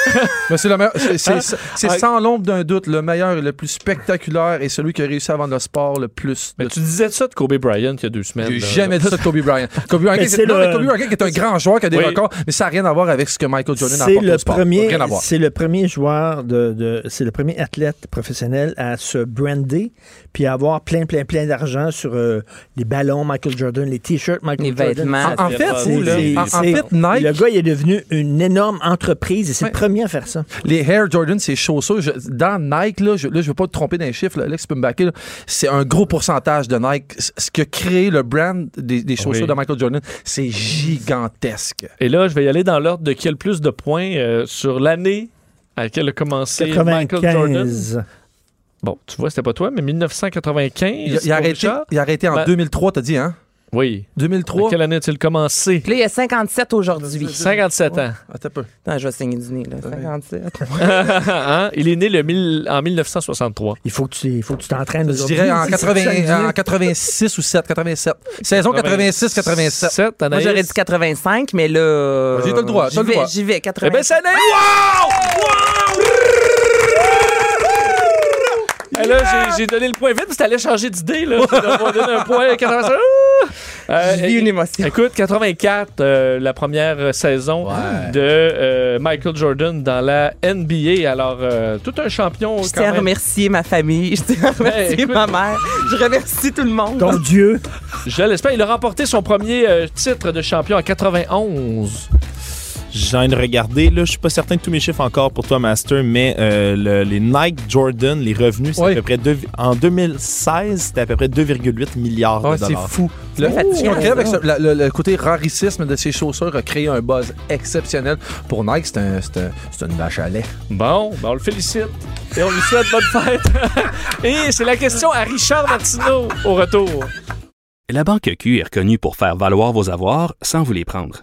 S5: Mais c'est le meilleur- c'est- c'est- c'est
S3: Ah.
S5: sans l'ombre d'un doute le meilleur et le plus spectaculaire et celui qui a réussi à vendre le sport le plus.
S3: Mais
S5: de-
S3: tu disais ça de Kobe Bryant il y a deux semaines.
S5: J'ai
S3: là.
S5: jamais dit ça de Kobe Bryant. Kobe Bryant,
S4: Mais
S5: c'est-
S4: c'est
S5: non,
S4: le-
S5: mais Kobe Bryant qui est un grand joueur qui a des
S3: Oui.
S5: records, mais ça n'a rien à voir avec ce que Michael Jordan
S4: C'est
S5: apporte
S4: le,
S5: au sport.
S4: premier,
S5: Rien à voir.
S4: c'est le premier joueur de, de- c'est le premier athlète professionnel à se brander puis à avoir plein plein plein d'argent sur euh, les ballons Michael Jordan, les t-shirts Michael
S6: Les
S4: Jordan.
S6: vêtements.
S5: En, en
S3: c'est
S5: fait,
S3: pas-
S5: Ah, c'est-
S3: c'est-
S5: en- en
S4: c'est-
S5: fait, Nike,
S4: Le gars, il est devenu une énorme entreprise et c'est
S5: Ouais.
S4: le premier à faire ça.
S5: les Air Jordan, ces chaussures, je- dans Nike, là, je, là, je veux pas te tromper d'un chiffre, là, Alex, tu peux me backer, là, c'est un gros pourcentage de Nike. C- Ce qui a créé le brand des, des chaussures
S3: Oui.
S5: de Michael Jordan, c'est gigantesque.
S3: Et là, je vais y aller dans l'ordre de qui a le plus de points euh, sur l'année à laquelle a commencé Michael Jordan.
S4: 95.
S3: Bon, tu vois, c'était pas toi, mais 1995.
S5: Il, a- il a,
S3: pour
S5: arrêté,
S3: Richard.
S5: il a arrêté en
S3: Ben-
S5: 2003, t'as dit, hein?
S3: Oui. À
S5: 2003?
S3: quelle année a-t-il commencé?
S6: Puis là, il y a 57 aujourd'hui.
S3: 57 ans.
S5: Attends un peu.
S6: Attends, je vais saigner du nez, là. 57.
S3: Hein? Il est né le mille- en 1963.
S4: Il faut que tu, il faut que tu t'entraînes.
S5: Je dirais en, 80 en 86 ou 7, 87. Saison 86-87.
S3: 7
S6: Moi,
S3: Anaïs.
S6: j'aurais dit 85, mais là.
S5: Vas-y, t'as le droit,
S6: j'y
S5: t'as le
S6: vais,
S5: droit.
S6: J'y vais,
S3: Eh
S6: 85.
S3: bien, c'est Anaïs! Eh là, j'ai- j'ai donné le point vite, puis t'allais changer d'idée, là. On va donner un point à 85. Ouh!
S5: ben,
S3: Euh,
S5: Eh,
S6: J'ai eu une émotion.
S3: Écoute, 84, euh, la première euh, saison de euh, Michael Jordan dans la NBA. Alors, euh, tout un champion.
S6: Je
S3: quand
S6: tiens à
S3: même.
S6: remercier ma famille, je tiens à remercier
S3: écoute.
S6: ma mère, je remercie tout le monde.
S4: Ton Dieu,
S3: Je l'espère. Il a remporté son premier euh, titre de champion en 91.
S7: J'en ai regardé, là, je suis pas certain de tous mes chiffres encore pour toi, Master, mais euh, le- les Nike Jordan, les revenus, c'est
S5: Oui.
S7: à peu près deux- en 2016, c'était à peu près 2,8 milliards
S5: Ouais,
S7: de
S5: Ah, c'est
S7: dollars.
S5: fou. Le,
S6: fatiguant,
S5: ce qu'ils ont créé
S6: ça.
S5: avec ce- la- le, le côté raricisme de ces chaussures a créé un buzz exceptionnel. Pour Nike, c'est un, c'est un- c'est une vache à lait.
S3: Bon, ben on le félicite et on lui souhaite bonne fête. et c'est la question à Richard Martineau au retour.
S8: La Banque Q est reconnue pour faire valoir vos avoirs sans vous les prendre.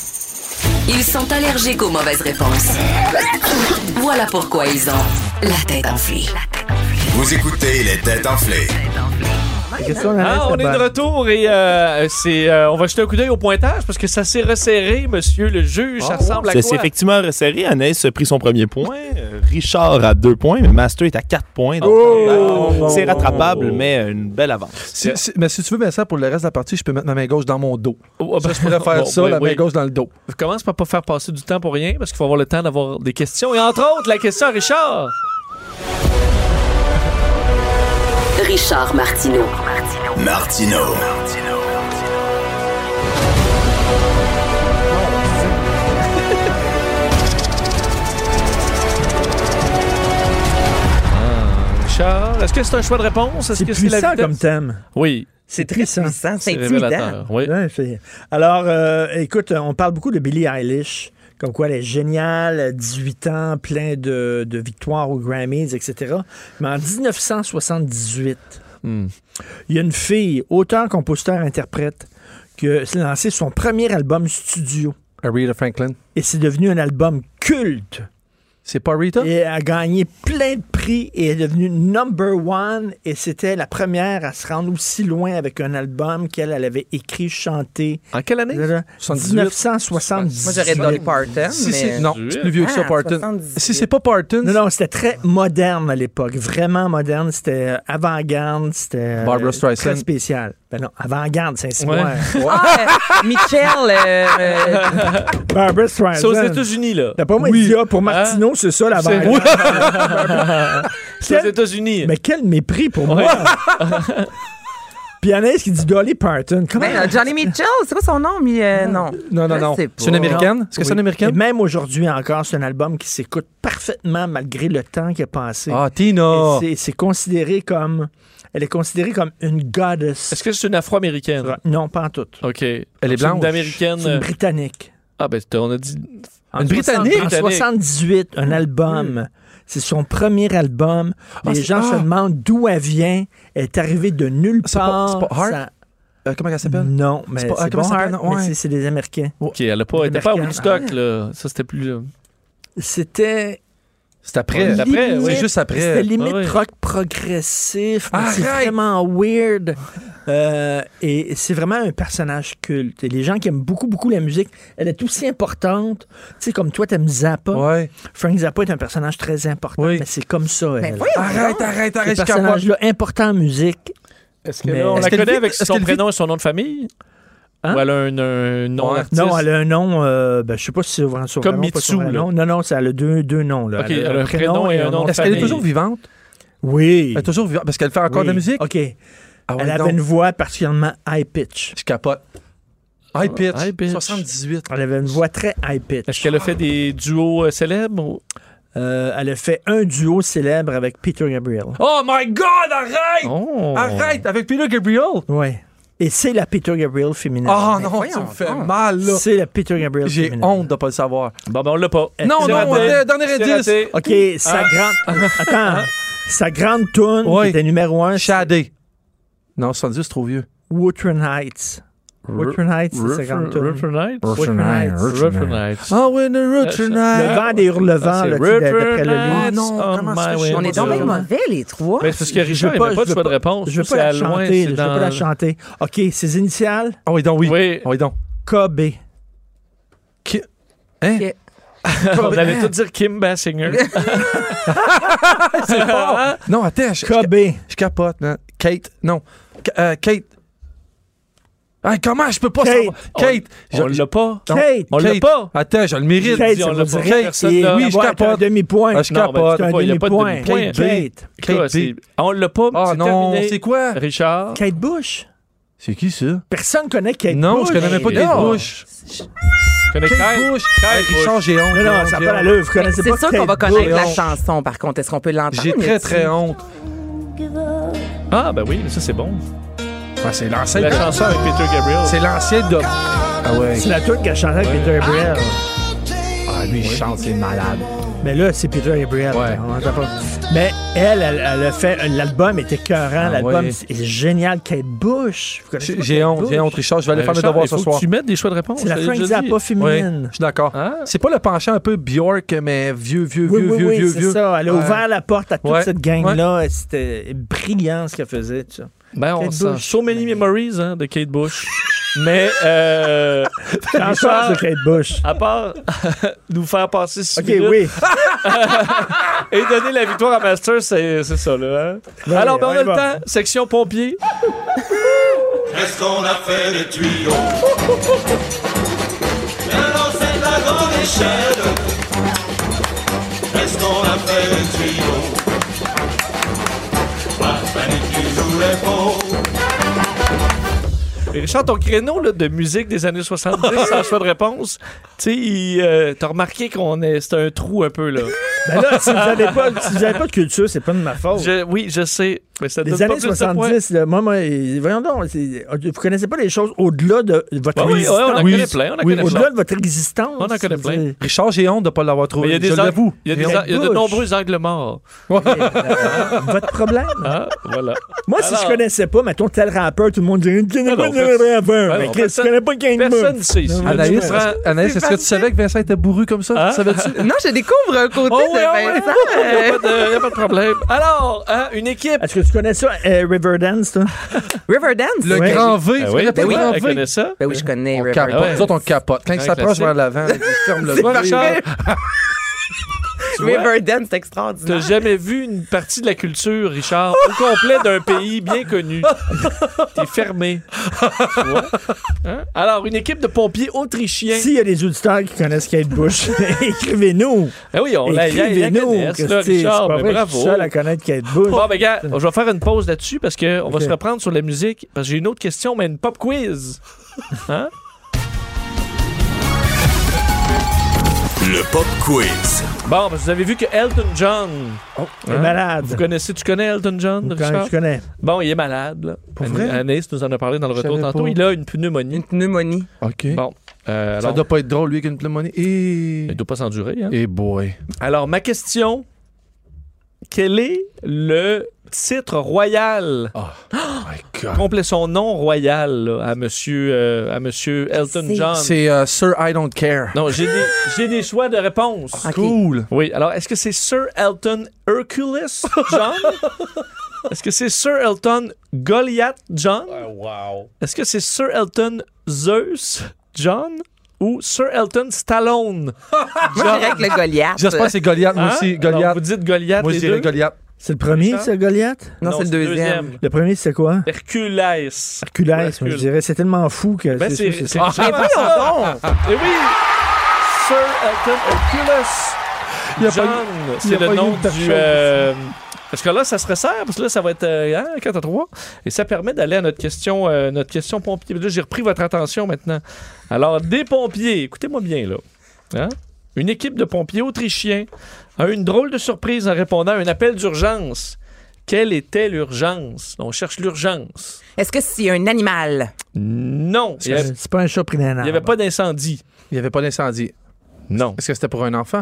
S1: Ils sont allergiques aux mauvaises réponses. Voilà pourquoi ils ont la tête enflée.
S2: Vous écoutez les têtes enflées.
S4: Question d'analyse,
S3: Ah, on
S4: c'est
S3: est de
S4: bon.
S3: retour et euh, c'est, euh, on va jeter un coup d'œil au pointage parce que ça s'est resserré, monsieur le juge. Ah, ça ressemble à
S7: Ça
S3: quoi?
S7: s'est effectivement resserré. Anaïs a pris son premier point. Euh, Richard a deux points. mais Master est à quatre points. Donc,
S5: Oh!
S7: euh, c'est rattrapable, mais euh, une belle avance.
S5: Si- si- mais si tu veux, Vincent, pour le reste de la partie, je peux mettre ma main gauche dans mon dos.
S3: Oh,
S5: Ça,
S3: ben,
S5: je pourrais faire
S3: bon,
S5: ça,
S3: oui,
S5: la
S3: oui.
S5: main gauche dans le dos.
S3: Je commence par pas faire passer du temps pour rien parce qu'il faut avoir le temps d'avoir des questions. Et entre autres, la question à Richard.
S1: Richard Martineau.
S2: Martino.
S3: Richard, est-ce que c'est un choix de réponse? Est-ce
S4: C'est
S3: que c'est la
S4: puissant
S3: vitesse?
S4: comme thème.
S3: Oui,
S6: C'est très
S4: puissant.
S6: puissant, c'est
S3: c'est
S6: intimidant.
S3: révélateur. Oui.
S4: Ouais, c'est- Alors, euh, écoute, euh, on parle beaucoup de Billie Eilish, comme quoi elle est géniale, euh, 18 ans, plein de, de victoires aux Grammys, etc. Mais en 1978, il y a une fille, auteur, compositeur, interprète, qui a lancé son premier album studio.
S5: Aretha Franklin.
S4: Et c'est devenu un album culte.
S5: C'est pas Rita?
S4: Et elle a gagné plein de prix et est devenue number one. Et c'était la première à se rendre aussi loin avec un album qu'elle elle avait écrit, chanté.
S3: En quelle année?
S4: 1978.
S6: Moi, j'aurais Dolly Parton,
S5: Si,
S6: mais...
S5: si, non, c'est plus vieux que ça,
S6: Ah,
S5: Parton.
S6: 78.
S5: Si c'est pas Parton,
S4: Non, non, c'était très moderne à l'époque. Vraiment moderne. C'était euh, avant-garde. C'était euh,
S5: Barbra Streisand.
S4: très spécial. Ben non, avant-garde, c'est ainsi
S3: Ouais.
S6: Ah, euh, Michel, euh, euh,
S4: Barbara Streisand.
S3: C'est aux États-Unis, là.
S4: T'as pas moi il dit, ah, pour Martineau, c'est ça
S3: C'est
S4: l'avant-garde.
S3: C'est aux États-Unis.
S4: Mais quel mépris pour moi. Puis Anaïs qui dit Dolly Parton. Comment
S6: ben, euh, Johnny Mitchell, c'est quoi son nom? Mais, euh, non.
S5: non, non,
S6: Je
S5: non.
S6: sais
S5: C'est une
S6: pas.
S5: américaine? Est-ce que c'est une
S4: Et
S5: américaine?
S4: même aujourd'hui encore, c'est un album qui s'écoute parfaitement malgré le temps qui a passé.
S5: Ah,
S4: Et
S5: Tina!
S4: c'est- C'est considéré comme. Elle est considérée comme une goddess.
S3: Est-ce que c'est une afro-américaine?
S4: Non, pas en tout.
S3: OK. Elle
S5: est blanche.
S3: américaine.
S4: C'est une Britannique.
S3: Ah, ben, t'as- on a dit.
S4: En
S5: euh, Une Britannique? Hmm.
S4: 60 En 78, un album. C'est son premier album.
S5: Ah,
S4: Les
S5: c'est-
S4: gens se
S5: ah!
S4: demandent d'où elle vient. Elle est arrivée de nulle
S5: C'est pas-
S4: part.
S5: c'est pas Heart?
S4: Ça-
S5: Euh, comment elle s'appelle?
S4: Non, mais
S5: C'est
S4: c'est
S5: pas-
S4: pas,
S5: ah, comment ça
S4: Heart,
S5: s'appelle? Ouais.
S4: mais c'est- c'est des Américains.
S3: OK, elle n'a pas. Elle était pas à
S4: Américaine.
S3: Woodstock, là. Ça, c'était plus. euh,
S4: C'était
S5: C'est après.
S3: D'après, oui.
S4: limite-
S5: C'est juste
S4: C'était
S5: après.
S4: limite
S3: Ah oui.
S4: rock progressif, mais c'est
S5: Arrête!
S4: vraiment weird. Euh, et c'est vraiment un personnage culte. Et les gens qui aiment beaucoup, beaucoup la musique, elle est aussi importante. Tu sais, comme toi, t'aimes Zappa.
S5: Ouais.
S4: Frank Zappa est un personnage très important,
S5: Oui.
S4: mais c'est comme ça.
S6: Mais
S4: elle.
S6: voyons donc.
S5: Arrête, arrête,
S4: Ce
S5: arrête, je capote.
S4: personnage-là, important en musique.
S3: Est-ce que
S4: Mais-
S3: là, on
S4: Est-ce
S3: la
S5: qu'elle
S3: connaît
S5: vit-
S3: avec
S5: est-ce
S3: son
S5: qu'elle vit-
S3: prénom et son nom de famille?
S4: Hein?
S3: Ou elle a un, un nom
S5: Ouais.
S3: artiste?
S4: Non, elle a un nom, euh, ben, je sais pas si c'est vraiment son
S3: Comme
S4: vrai nom, pas son
S3: Mitsu,
S4: vrai
S3: là.
S4: nom. Non, non, ça, elle a deux, deux noms. Là.
S3: Ok, elle a un prénom et un nom de
S5: Est-ce qu'elle est
S3: famille.
S5: toujours vivante?
S4: Oui.
S5: Elle est toujours vivante parce qu'elle fait encore
S4: Oui.
S5: de la musique?
S4: OK.
S5: Ah ouais,
S4: elle
S5: donc,
S4: avait une voix particulièrement high-pitch.
S5: Je capote. High pitch.
S3: High pitch.
S5: 78.
S4: Elle avait une voix très high-pitch.
S3: Est-ce qu'elle a fait des duos euh, célèbres? ou-
S4: Euh, elle a fait un duo célèbre avec Peter Gabriel.
S5: Oh my God, arrête!
S3: Oh!
S5: Arrête avec Peter Gabriel!
S4: Ouais. Et c'est la Peter Gabriel féminine.
S5: Oh non, tu
S6: voyons
S5: me fais
S6: donc.
S5: mal, là.
S4: c'est la Peter Gabriel
S5: J'ai
S4: féminine.
S5: honte de pas le savoir.
S3: Bon, ben, on l'a pas.
S5: Non,
S3: C'est
S5: non,
S3: raté.
S5: on est- dernier
S3: C'est
S5: indice.
S3: raté.
S4: OK, sa grande. Attends. Sa grande tune,
S5: Ouais.
S4: qui était numéro un, c'est
S5: Shadé. Non, 78, c'est trop vieux.
S4: Wootren Heights. Wootren Heights, c'est sa grande tune.
S3: Rutherford Knight?
S4: Wootren Heights.
S3: Rutherford Knight.
S5: Oh, when the roots
S3: Euh,
S5: are
S4: Le
S5: night.
S4: vent des hurlevents,
S3: Ah, C'est
S4: là, tu sais, d'après
S3: Rutherford
S4: le livre.
S3: Knight.
S5: Ah non,
S3: on
S5: comment
S3: my
S5: ça, je
S3: way.
S5: suis
S6: On est donc
S5: Ouais.
S6: bien mauvais, les trois.
S3: Mais c'est parce que Richard,
S4: veux
S3: il
S4: pas-
S3: n'a pas de
S4: je veux
S3: choix de
S4: pas-
S3: réponse.
S4: Je veux
S3: C'est
S4: pas la
S3: à loin,
S4: chanter.
S3: c'est
S4: Je veux
S3: dans-
S4: pas la chanter. OK, ses initiales,
S5: Ah oui, donc oui.
S3: Oui.
S5: Ah oui, donc.
S4: KB.
S5: Hein?
S6: Ok.
S3: On allait tout dire Kim Basinger.
S5: Non, attends, je, je-
S4: KB.
S5: je capote, man. Kate, non. K- euh, Kate. Hey, comment je peux pas
S4: Kate.
S5: savoir? Kate.
S3: On
S5: Je-
S3: l'a pas.
S4: Kate.
S3: On l'a
S5: Kate.
S3: pas.
S5: Attends, je le mérite.
S4: Kate,
S3: dit, on
S4: ça
S3: l'a
S4: veut
S3: pas.
S4: dire rien.
S3: Personne
S4: Et
S3: n'a-
S4: oui, je
S5: Ouais,
S4: capote.
S5: t'as un
S4: un demi-point.
S5: Ah, je
S3: Non, ben,
S5: capote.
S3: tu
S4: un
S3: peux pas, il y a pas de
S4: demi-point.
S3: demi-point.
S4: Kate.
S5: Kate
S3: C'est-
S5: B.
S3: On l'a pas.
S5: Ah
S3: c'est
S5: non,
S3: terminé.
S5: c'est quoi?
S3: Richard.
S4: Kate Bush.
S5: C'est qui ça?
S4: Personne connaît Kate
S5: non,
S4: Bush.
S5: je connais même pas
S3: Mais
S5: Kate
S3: non.
S5: Bush.
S3: Je connais Kyle.
S5: Bush.
S3: Kyle
S5: Hey,
S3: Bush.
S5: Richard, j'ai honte.
S4: Non,
S5: j'ai
S4: non,
S5: honte,
S4: ça
S5: j'ai
S4: n'a pas
S5: honte.
S4: l'allure. Vous connaissez
S6: C'est
S4: pas
S6: sûr
S4: Kate
S6: qu'on va connaître
S4: Bush.
S6: la chanson, par contre. Est-ce qu'on peut l'entendre?
S5: J'ai
S6: Y
S5: très,
S6: a-t-il-
S5: très honte.
S3: Ah, ben oui, mais ça, c'est bon. Ben,
S5: Ah, c'est l'ancien.
S3: C'est la
S5: de-
S3: chanson avec Peter Gabriel.
S5: C'est l'ancien de. Ah ouais.
S4: C'est la toute qu'elle chantait avec Peter Gabriel.
S5: Ah, lui, il chante, c'est malade.
S4: Mais là, c'est Peter Gabriel.
S5: Ouais.
S4: On entend pas. Mais elle, elle, elle a fait. L'album était coeurant.
S5: Ah,
S4: L'album
S5: ouais.
S4: est génial. Kate Bush. Vous connaissez pas
S5: J'ai
S4: Kate
S5: honte, j'ai
S4: Bush?
S5: honte, Richard. Je vais aller
S3: Ben,
S5: faire mes
S3: Richard,
S5: devoirs
S3: il
S5: ce
S3: faut que
S5: soir.
S3: Tu mets des choix de réponse.
S4: C'est la
S3: je l'ai
S4: Frank
S3: déjà dit.
S4: Zappa
S5: Oui,
S4: féminine.
S5: je suis d'accord.
S3: Ah.
S5: C'est pas le penchant un peu Bjork, mais vieux, vieux,
S4: Oui,
S5: vieux,
S4: oui,
S5: vieux,
S4: oui,
S5: vieux,
S4: c'est
S5: vieux.
S4: ça. Elle a
S5: Ouais.
S4: ouvert la porte à toute
S5: Ouais.
S4: cette gang-là. et C'était brillant ce qu'elle faisait. tu sais.
S3: Ben, on
S4: Kate
S3: sent
S4: Bush.
S3: So Many Memories hein, de Kate Bush. Mais, euh, à,
S4: Une chance
S3: part,
S4: de Kate Bush.
S3: à part nous faire passer six
S4: OK,
S3: minutes
S4: oui.
S3: et donner la victoire à Masters, c'est c'est ça, là. hein.
S4: Ouais,
S3: Alors, ben, on,
S4: on y
S3: a le
S4: va.
S3: temps. Section pompier.
S2: Qu'est-ce qu'on a fait des tuyaux Maintenant c'est la grande échelle. Qu'est-ce qu'on a fait des tuyaux Pas de panique, ils jouent les pauvres.
S3: Et Richard, ton créneau là, de musique des années 70, sans choix de réponse, tu sais, il, euh, t'as remarqué qu'on est. C'était un trou un peu, là.
S4: Ben là, si vous n'avez pas, si vous avez pas de culture, c'est pas de ma faute.
S3: Je- oui, je sais. Mais ça donne
S4: Les
S3: pas
S4: Oh.
S3: plus
S4: années
S3: de points.
S4: 70, là, moi, moi, euh, voyons donc, c'est- eh, vous connaissez pas les choses au-delà de votre
S3: Ouais, Ah oui, ouais,
S4: existence.
S3: on en connaît plein, on en connaît
S4: au-delà
S3: plein.
S4: de votre existence.
S3: On en connaît
S4: je
S3: plein.
S4: veux dire.
S5: Richard, j'ai honte de ne pas l'avoir
S3: Mais
S5: trouvé.
S3: il y a des
S5: je
S3: ang-
S5: l'avoue.
S3: Il y a, des
S4: Kate
S3: ang- il y a de
S4: Bush.
S3: nombreux angles morts.
S4: Euh, votre problème.
S3: Ah, voilà.
S4: Moi, si
S3: Alors- Ah
S4: je connaissais pas, mettons, tel rappeur, tout le monde dirait, tu connais pas
S3: non,
S4: tel rappeur.
S3: Ouais,
S4: Mais
S3: non,
S4: Chris, tu
S3: personne-
S4: connais pas Gang
S3: Personne ne sait. ça. Tu
S4: Anaïs,
S5: Anaïs,
S3: prends-
S5: est-ce que- Anaïs, est-ce que tu savais que Vincent était bourru comme ça?
S3: Hein?
S5: Tu savais-tu?
S6: Non, je découvre un côté
S3: Oh,
S6: de
S3: ouais, oh, ouais.
S6: Vincent. Euh,
S3: Il n'y a, pas de- y a pas de problème. Alors, hein, une équipe.
S4: Est-ce que tu connais ça, euh, Riverdance, toi?
S6: Riverdance.
S5: Le
S6: oui.
S5: grand V.
S3: Ah
S5: tu connais pas
S3: ben
S5: le
S3: oui,
S5: grand
S3: elle
S5: V?
S3: connaît ça.
S6: Ben oui, je connais
S5: On
S6: Riverdance.
S5: capote.
S3: ouais.
S5: Nous autres, on capote. Quand
S3: Un
S5: il s'approche
S3: classique.
S5: vers l'avant, il ferme le bras.
S3: Richard,
S6: Riverdance, c'est
S3: T'as
S6: extraordinaire.
S3: jamais vu une partie de la culture, Richard, au complet d'un pays bien connu. T'es fermé. Tu vois? Hein? Alors, une équipe de pompiers autrichiens.
S4: S'il y a des auditeurs qui connaissent Kate Bush, écrivez-nous.
S3: Ah oui, on l'a il y a- il y a
S4: Écrivez-nous.
S3: connaissent,
S4: Christy,
S3: là,
S4: C'est
S3: Richard, ben
S4: pas vrai, que je suis
S3: bravo.
S4: seul à connaître Kate Bush.
S3: Bon, ben, gars, je vais faire une pause là-dessus parce qu'on va
S4: Ok.
S3: se reprendre sur la musique. Parce que j'ai une autre question, mais une pop quiz. Hein?
S2: Le pop quiz.
S3: Bon, parce que vous avez vu que Elton John.
S4: Elle est
S3: Hein? Vous
S4: malade.
S3: connaissez, tu connais Elton John,
S4: Quand
S3: Richard?
S4: je connais.
S3: Bon, il est malade, là.
S5: Pour
S3: An-
S5: vrai?
S3: Anaïs nous en a parlé dans le
S5: Je
S3: retour
S5: savais
S3: tantôt.
S5: pas.
S3: Il a une pneumonie.
S6: Une pneumonie.
S5: OK.
S3: Bon. euh,
S5: Ça
S3: alors,
S5: doit pas être drôle, lui, avec une pneumonie. Et...
S3: il doit pas s'endurer, hein?
S5: Et boy.
S3: Alors, ma question. Quel est le titre royal?
S5: Ah. My God.
S3: Complet son nom royal là, à monsieur, euh, à monsieur Elton
S6: C'est-
S3: John.
S5: C'est euh, Sir I Don't Care.
S3: Non, j'ai des, j'ai des choix de
S5: Ah,
S3: réponse.
S6: Ok.
S5: Cool.
S3: Oui, alors est-ce que c'est Sir Elton Hercules John? est-ce que c'est Sir Elton Goliath John? Est-ce que c'est Sir Elton Zeus John? Ou Sir Elton Stallone?
S6: Moi, je dirais que le Goliath.
S5: J'espère que c'est Goliath, moi
S3: Hein?
S5: aussi.
S3: Alors,
S5: Goliath.
S3: vous dites Goliath
S5: Moi, je
S3: les
S5: dirais
S3: deux?
S5: Goliath.
S4: C'est le premier,
S3: Richard?
S4: ça, Goliath?
S6: Non, c'est le deuxième.
S4: Le premier, c'est quoi?
S3: Hercules.
S4: Hercules, moi, je dirais. C'est tellement fou que
S3: Ben,
S4: sûr,
S3: c'est-
S4: c'est
S3: c'est ah,
S4: ça.
S3: Richard Martineau. Et oui! Sir Elton Hercules
S5: Il y a pas
S3: John,
S5: il y
S3: c'est
S5: a
S3: le
S5: pas eu
S3: nom
S5: de
S3: du...
S5: chose.
S3: euh, parce que là, ça se resserre, parce que là, ça va être euh, hein, 4 à 3. Et ça permet d'aller à notre question, euh, notre question pompier. Là, j'ai repris votre attention maintenant. Alors, des pompiers, écoutez-moi bien, là. Hein? Une équipe de pompiers autrichiens a eu une drôle de surprise en répondant à un appel d'urgence. Quelle était l'urgence? On cherche l'urgence.
S6: Est-ce que c'est un animal?
S3: Non, il n'y avait,
S4: C'est c'est pas un chat pris d'un
S3: il y avait pas d'incendie.
S5: Il n'y avait pas d'incendie.
S3: Non.
S5: Est-ce que c'était pour un enfant?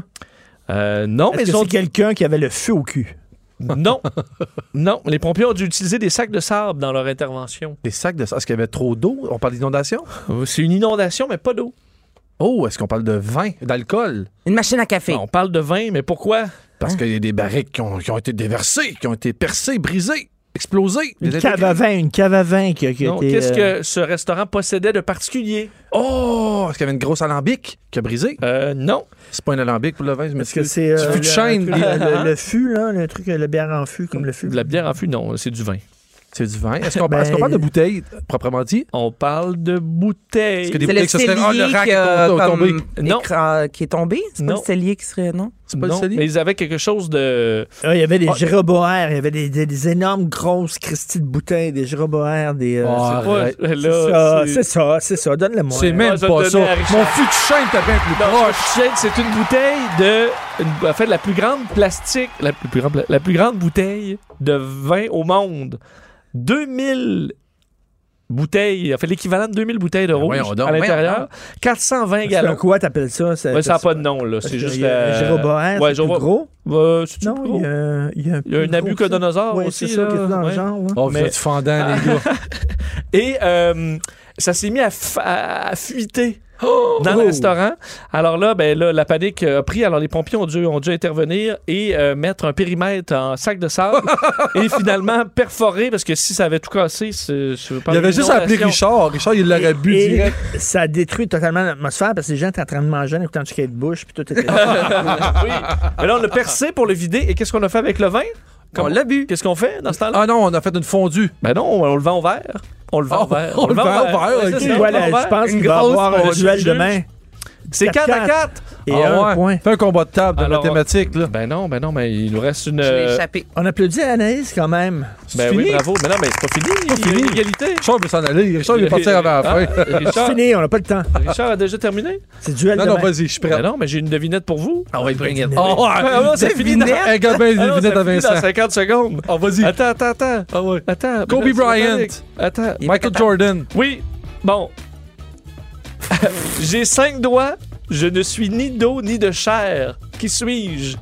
S3: Euh, non, mais
S4: Est-ce
S3: ils
S4: que
S3: ont
S4: c'est quelqu'un qui avait le feu au cul?
S3: Non. non. Les pompiers ont dû utiliser des sacs de sable dans leur intervention.
S5: Des sacs de ça. Est-ce qu'il y avait trop d'eau? On parle d'inondation?
S3: Euh, C'est une inondation, mais pas d'eau.
S5: Oh, est-ce qu'on parle de vin, d'alcool?
S6: Une machine à café.
S3: On parle de vin, mais pourquoi?
S5: Parce qu'il y a des barriques qui ont, qui ont été déversées, qui ont été percées, brisées, explosées.
S4: Une
S5: Des
S4: cave à
S5: intégr-
S4: vin, une cave à vin qui a, qui a
S3: Non,
S4: été,
S3: qu'est-ce
S4: euh,
S3: que ce restaurant possédait de particulier?
S5: Oh! Est-ce qu'il y avait une grosse alambic qui a brisé?
S3: Euh, non.
S5: C'est pas un alambic pour le vin, je
S4: Est-ce que
S5: m'excuse.
S4: c'est
S5: Du
S4: euh,
S5: fût
S4: le,
S5: de chêne.
S4: le- le- le fût, là, le truc, euh, le bière en fût, comme le fût?
S3: De la bière en fût, non, c'est du vin.
S5: C'est du vin. Est-ce qu'on
S4: Ben-
S5: est-ce qu'on parle de bouteille, proprement dit?
S3: On parle de bouteilles.
S5: Est-ce que des
S6: C'est le
S5: bouteilles, ça serait. Ah,
S6: cellier
S5: le rack
S6: qui, a
S5: est
S6: comme
S5: tombé.
S3: Non.
S6: écra- qui est tombé. C'est pas
S3: Non.
S6: le cellier qui serait... Non?
S5: C'est pas
S3: Non,
S5: le
S3: mais
S5: cellier?
S3: ils avaient quelque chose de...
S4: Ah, il y avait des gyroboaires, il y avait des, des- des énormes grosses Christie de bouteilles, des gyroboaires, des... euh,
S5: Ah,
S3: C'est pas-
S5: arrête.
S3: là,
S4: c'est ça, c'est ça, c'est ça, donne-le-moi.
S5: C'est
S3: moi,
S5: même
S3: je vais
S5: pas
S3: le
S5: ça.
S3: donner à Richard.
S5: Mon fût de chêne était bien plus
S3: Non,
S5: proche.
S3: je sais que c'est une bouteille de. une- en fait, la plus grande plastique. La plus, plus grande, pla- la plus grande bouteille de vin au monde. 2000 bouteilles. En fait, l'équivalent de 2000 bouteilles de
S4: Ben
S3: rouge
S5: voyons donc,
S3: à
S5: voyons
S3: l'intérieur. 420
S4: C'est un
S3: gallons.
S4: quoi t'appelles ça? c'est-
S3: Ouais, ça n'a pas de nom, là.
S4: parce
S3: C'est
S4: que
S3: juste.
S4: il y a
S3: euh,
S4: Un gyroboaire,
S3: ouais,
S4: c'est
S3: je vois-
S4: plus gros?
S3: Euh, c'est-tu
S4: Non,
S3: gros?
S4: il y a- il y a un
S3: Il y a un
S4: plus gros que ça.
S3: abucodonosore
S4: Ouais,
S3: aussi.
S4: c'est ça,
S3: là.
S4: qui est dans
S3: Ouais.
S4: le genre. ouais.
S5: Oh,
S3: Mais-
S5: mais... du fendant, les gars.
S3: Et euh, ça s'est mis à, f- à- à fuiter.
S5: Oh!
S3: dans le restaurant. Alors là, ben là, la panique a pris. Alors les pompiers ont dû, ont dû intervenir et euh, mettre un périmètre en sac de sable et finalement perforer parce que si ça avait tout cassé, c'est- je veux pas
S5: Il avait
S3: une
S5: juste appelé
S3: inondation.
S5: Richard. Richard, il l'aurait bu
S4: Et
S5: direct.
S4: ça détruit totalement l'atmosphère parce que les gens étaient en train de manger en écoutant du skate bush puis tout était.
S3: oui. Mais là, on l'a percé pour le vider. Et qu'est-ce qu'on a fait avec le vin?
S6: On
S3: l'a bu. Qu'est-ce qu'on fait dans ce temps-là?
S5: Ah non, on a fait une fondue.
S3: Ben non, on le vend au verre. On le vend au
S5: Oh,
S3: verre.
S5: on le vend au verre,
S3: Ouais,
S5: ok.
S3: c'est ça, on le
S4: voilà,
S3: vend au verre.
S4: je pense
S3: Une
S4: qu'il va y
S3: grosse
S4: avoir un
S3: fondue.
S4: duel demain.
S3: C'est 4 à 4.
S4: Et
S5: Ah
S4: un
S5: ouais.
S4: point.
S5: Fais un combat de table de
S3: Alors,
S5: mathématiques, là.
S3: Ben non, ben non, mais il nous reste une.
S6: Je l'ai
S3: euh,
S6: échappé.
S4: On applaudit à Anaïs quand même.
S3: Ben
S5: C'est
S3: oui,
S5: fini?
S3: bravo. Mais non, mais c'est pas fini. Il y a
S5: fini.
S3: une égalité.
S5: Richard veut s'en aller. Richard, il est parti avant la
S3: Ah,
S5: fin.
S4: C'est
S3: Richard,
S4: fini, on n'a pas le temps.
S3: Richard a déjà terminé?
S4: C'est duel
S5: Non, non,
S4: demain.
S5: vas-y, je suis
S3: Ben
S5: prêt.
S3: non, mais j'ai une devinette pour vous.
S5: On va y bring it.
S3: Oh, ouais, c'est fini dans,
S5: Hey, regarde bien les
S3: Ah non,
S5: vignettes
S3: ça
S5: à
S3: finit dans
S5: Vincent.
S3: 50 secondes.
S5: Oh, vas-y.
S3: Attends, attends, attends.
S5: Ah ouais.
S3: Attends.
S5: Kobe
S3: mais là, c'est
S5: Bryant.
S3: Patrick. Attends.
S5: Michael Jordan.
S3: Oui. Bon. J'ai cinq doigts. Je ne suis ni d'eau ni de chair. Qui suis-je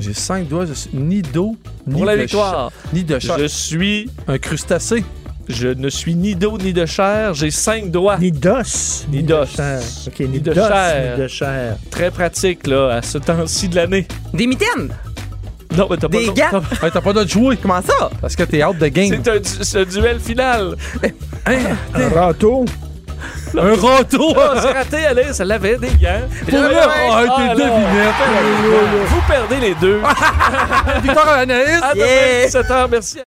S5: J'ai cinq doigts, je suis ni d'eau, ni
S3: pour la
S5: de
S3: victoire?
S5: chair- Ni de chair.
S3: Je suis.
S5: Un crustacé.
S3: Je ne suis ni d'eau ni de chair. J'ai cinq doigts.
S4: Ni d'os.
S3: Ni
S4: de
S3: d'os.
S4: chair. OK,
S3: Ni
S4: ni
S3: de
S4: d'os,
S3: chair.
S4: ni de chair.
S3: Très pratique, là, à ce temps-ci de l'année.
S6: Des mitaines.
S3: Non, mais t'as pas
S6: Des
S3: le-
S6: gants.
S5: Hey, T'as pas d'autre jouer.
S6: Comment ça?
S5: Parce que t'es out de game.
S3: C'est un, du- c'est un duel final.
S4: Un râteau.
S5: Un râteau.
S3: Oh, c'est raté, Alice. Elle avait des gants.
S5: Pour vrai? Ah, t'es
S3: là,
S5: devinette.
S3: Vous perdez les deux.
S5: Victoire à Anaïs.
S3: À demain,
S6: Yeah.
S3: 17h. Merci.